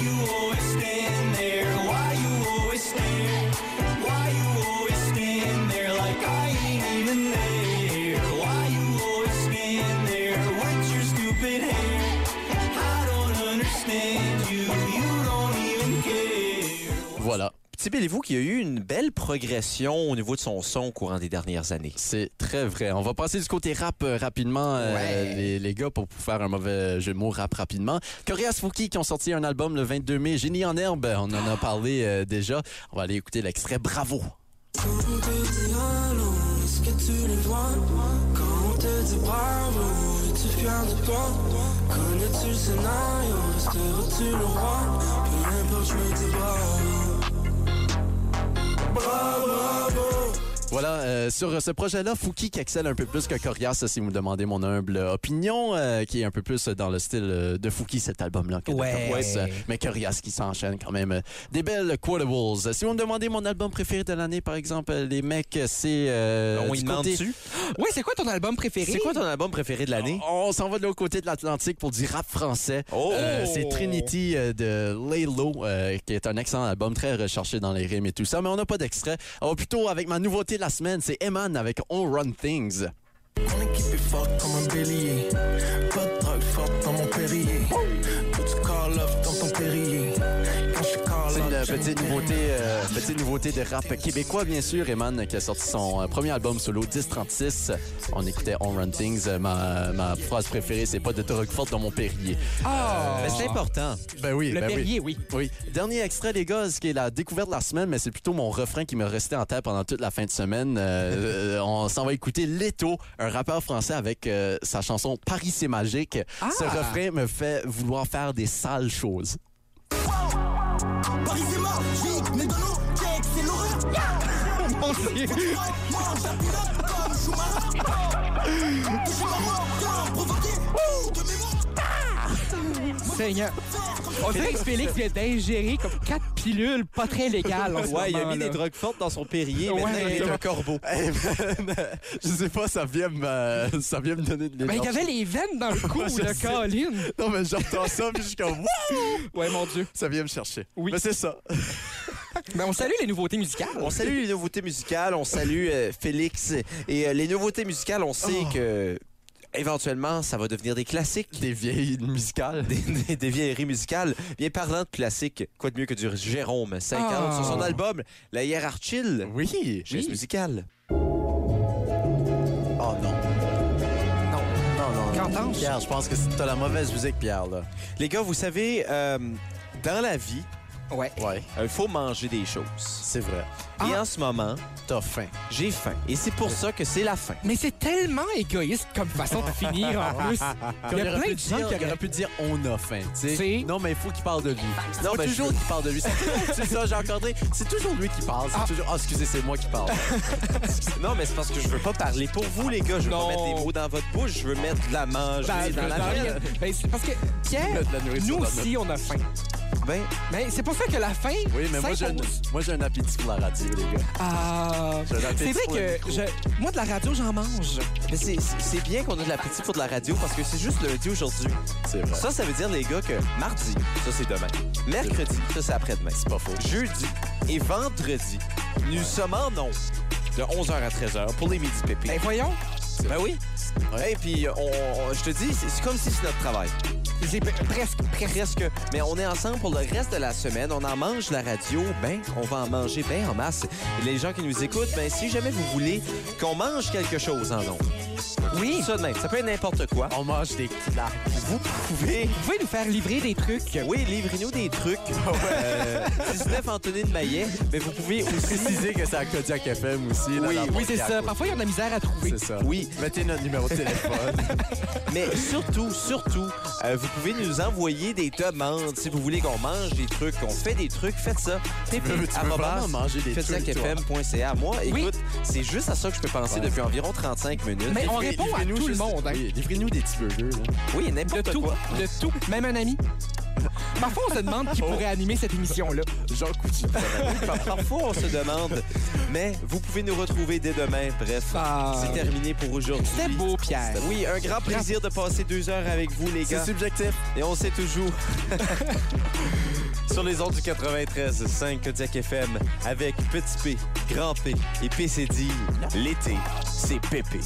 Speaker 11: you always stand there? Why you always stand? Why you always stand there like I ain't even there? Why you always stand there with your stupid hair? I don't understand you. You don't even care.
Speaker 3: Voilà.
Speaker 1: Petit Béliveau qui a eu une belle progression au niveau de son son au courant des dernières années.
Speaker 3: C'est très vrai. On va passer du côté rap euh, rapidement, euh,
Speaker 2: Ouais.
Speaker 3: les, les gars, pour faire un mauvais jeu de mots rap rapidement. Corias Fouki qui ont sorti un album le 22 mai, Génie en herbe, on en a parlé euh, déjà. On va aller écouter l'extrait Bravo.
Speaker 11: Quand on te dit allô, est-ce que tu le vois Quand on te dit bravo, es-tu fier de toi Connais-tu le scénario, resteras-tu le roi Peu importe, je me dis bravo Bravo, bravo
Speaker 3: Voilà, euh, sur euh, ce projet-là, Fouki qui excelle un peu plus que Corias, ça, si vous me demandez mon humble opinion, euh, qui est un peu plus dans le style euh, de Fouki, cet album-là, que de
Speaker 2: Ouais.
Speaker 3: Corias, euh, mais Corias qui s'enchaîne quand même. euh, Des belles quotables. Si vous me demandez mon album préféré de l'année, par exemple, euh, les mecs, c'est... euh,
Speaker 1: On
Speaker 3: du
Speaker 1: y demande
Speaker 3: côté-
Speaker 2: Oui, c'est quoi ton album préféré?
Speaker 1: C'est quoi ton album préféré de l'année?
Speaker 3: On s'en va de l'autre côté de l'Atlantique pour du rap français.
Speaker 1: Oh!
Speaker 3: Euh, c'est Trinity euh, de Laylo, euh, qui est un excellent album très recherché dans les rimes et tout ça, mais on n'a pas d'extrait. On va plutôt avec ma nouveauté de la semaine, c'est Eman avec On Run Things.
Speaker 11: Gonna keep it fort comme un bélier. Pas de drogue forte dans mon périer. Tout tu call up dans ton périer. Quand je
Speaker 3: C'est
Speaker 11: call
Speaker 3: une euh,
Speaker 11: up, j'ai
Speaker 3: petite
Speaker 11: mon
Speaker 3: nouveauté, euh, petite nouveauté de rap québécois, bien sûr. Eman qui a sorti son euh, premier album solo 1036. On écoutait On Run Things. Euh, Ma, ma phrase préférée, c'est pas de drogue forte dans mon périer.
Speaker 2: Ah!
Speaker 1: Ben, c'est important.
Speaker 3: Ben oui,
Speaker 2: le
Speaker 3: Euh, ben oui.
Speaker 2: Perrier, oui.
Speaker 3: Oui. Dernier extrait, les gars, ce qui est la découverte de la semaine, mais c'est plutôt mon refrain qui me restait en tête pendant toute la fin de semaine. Euh, euh, on s'en va écouter Leto, un rappeur français avec euh, sa chanson Paris c'est magique.
Speaker 2: Ah!
Speaker 3: Ce refrain me fait vouloir faire des sales choses.
Speaker 12: Paris c'est magique, mais dans nos cakes c'est l'horreur.
Speaker 2: Mon Dieu.
Speaker 12: Moi, j'appuie comme Schumacher. Que je m'en moque, provoqué, ouh, de mémoire.
Speaker 2: Seigneur. On dirait que Félix vient d'ingérer comme quatre pilules pas très légales. en ce
Speaker 1: Ouais, il a mis
Speaker 2: moment-là.
Speaker 1: des drogues fortes dans son périer.
Speaker 2: Ouais,
Speaker 1: Maintenant, il est
Speaker 2: exactement.
Speaker 1: un corbeau.
Speaker 3: Eh ben, je sais pas, ça vient me, euh, ça vient me donner de
Speaker 2: Ben,
Speaker 3: l'énergie.
Speaker 2: il avait les veines dans le cou,
Speaker 3: Ouais, je
Speaker 2: le
Speaker 3: sais.
Speaker 2: Colin.
Speaker 3: Non, mais j'entends ça, puis je suis comme, Wouh!
Speaker 2: Ouais, mon Dieu.
Speaker 3: ça vient me chercher.
Speaker 2: Oui.
Speaker 3: Mais c'est ça.
Speaker 2: Ben, on salue les nouveautés musicales.
Speaker 1: On salue les nouveautés musicales, on salue euh, Félix. Et euh, les nouveautés musicales, on sait que éventuellement, ça va devenir des classiques.
Speaker 3: Oh. Des vieilles musicales.
Speaker 1: Des, des- des vieilleries musicales. Bien parlant de classiques, quoi de mieux que du Jérôme 50
Speaker 2: Ah.
Speaker 1: sur son album La Hiérarchie,
Speaker 3: Oh. Oui.
Speaker 1: chaise musicale.
Speaker 3: Oh non. Non, non, non.
Speaker 2: Qu'entends-je?
Speaker 3: Pierre, je pense que c'est- t'as la mauvaise musique, Pierre, là.
Speaker 1: Les gars, vous savez, euh, dans la vie,
Speaker 2: Ouais.
Speaker 3: Ouais,
Speaker 1: il faut manger des choses.
Speaker 3: c'est vrai.
Speaker 1: Et
Speaker 2: Ah.
Speaker 1: en ce moment,
Speaker 3: T'as faim.
Speaker 1: j'ai faim. Et c'est pour ça que c'est la fin.
Speaker 2: Mais c'est tellement égoïste comme façon de finir en plus. Il y a plein de gens qui auraient
Speaker 3: pu dire on a faim, tu
Speaker 2: C'est-
Speaker 3: Non, mais il faut qu'il parle de lui. Non,
Speaker 1: Faut
Speaker 3: mais
Speaker 1: toujours
Speaker 3: toujours qu'il parle de lui. C'est c'est ça, j'ai encadré. C'est toujours lui qui parle. C'est toujours. Ah, excusez, c'est moi qui parle.
Speaker 1: Non, mais c'est parce que je veux pas parler pour vous, les gars. Je veux
Speaker 2: Non.
Speaker 1: pas mettre des mots dans votre bouche. Je veux mettre de la manger
Speaker 2: Ben,
Speaker 1: dans la
Speaker 2: ben,
Speaker 1: mienne.
Speaker 2: ben, c'est parce que, Pierre,
Speaker 3: De la nourriture
Speaker 2: nous
Speaker 3: dans notre-
Speaker 2: aussi, on a faim.
Speaker 1: Ben,
Speaker 4: Mais c'est pour ça que la fin.
Speaker 3: Oui, mais moi, j'ai un,
Speaker 4: s'impose.
Speaker 3: moi, j'ai un appétit pour la radio, les gars.
Speaker 4: Ah.
Speaker 3: J'ai un appétit
Speaker 4: C'est
Speaker 3: pour le
Speaker 4: vrai que
Speaker 3: micro.
Speaker 4: je- moi, de la radio, j'en mange.
Speaker 1: mais c'est- c'est c'est bien qu'on ait de l'appétit pour de la radio parce que c'est juste lundi aujourd'hui.
Speaker 3: C'est vrai.
Speaker 1: Ça, ça veut dire, les gars, que mardi, ça c'est demain. Mercredi, ça c'est après-demain.
Speaker 3: C'est pas faux.
Speaker 1: Jeudi et vendredi, nous sommes en ondes de 11h à 13h pour les midi pépés.
Speaker 4: Ben voyons.
Speaker 1: Ben oui. Et puis, on- on- je te dis, c'est c'est comme si c'est notre travail.
Speaker 4: J'ai pre- presque, presque.
Speaker 1: Presque. Mais on est ensemble pour le reste de la semaine. On en mange la radio. Ben, on va en manger ben en masse. Et les gens qui nous écoutent, ben, si jamais vous voulez qu'on mange quelque chose en ondes. Oui. Ça de même. Ça peut être n'importe quoi.
Speaker 3: On mange des claques.
Speaker 1: Vous pouvez...
Speaker 4: Vous pouvez nous faire livrer des trucs.
Speaker 1: Oui, livrez-nous des trucs.
Speaker 3: Ah
Speaker 1: Euh, 19 Anthony de Maillet. Mais vous pouvez aussi...
Speaker 3: Préciser que c'est à Kodiak FM aussi. là,
Speaker 1: Oui,
Speaker 3: dans le
Speaker 4: Oui, c'est
Speaker 3: Kodiak.
Speaker 4: ça. Parfois, ils ont de la misère à trouver.
Speaker 3: C'est ça.
Speaker 1: Oui.
Speaker 3: Mettez notre numéro de téléphone.
Speaker 1: Mais surtout, surtout, euh, vous pouvez nous envoyer des demandes si vous voulez qu'on mange des trucs, qu'on fait des trucs, faites ça.
Speaker 3: tu veux vraiment manger des trucs,
Speaker 1: fm.ca. Moi,
Speaker 4: Oui.
Speaker 1: écoute, c'est juste à ça que je peux penser depuis environ 35 minutes.
Speaker 4: Mais on répond à
Speaker 3: Livrez-nous
Speaker 4: tout le
Speaker 3: juste-
Speaker 4: monde. hein.
Speaker 3: Oui, livrez-nous des petits burgers. là.
Speaker 1: Oui,
Speaker 4: De
Speaker 1: n'importe
Speaker 4: tout.
Speaker 1: quoi.
Speaker 4: De tout. Même un ami. Parfois, on se demande qui pourrait animer cette émission-là.
Speaker 3: Jean Coutu.
Speaker 1: Par- Parfois, on se demande. Mais vous pouvez nous retrouver dès demain. Bref,
Speaker 4: Ah.
Speaker 1: c'est terminé pour aujourd'hui.
Speaker 4: C'était beau, Pierre.
Speaker 1: Oui, un grand plaisir de passer deux heures avec vous, les gars.
Speaker 3: C'est subjectif.
Speaker 1: Et on sait toujours. Sur les ondes du 93, 5 Kodiak FM, avec Petit P, Grand P et PCD, l'été, c'est pépé.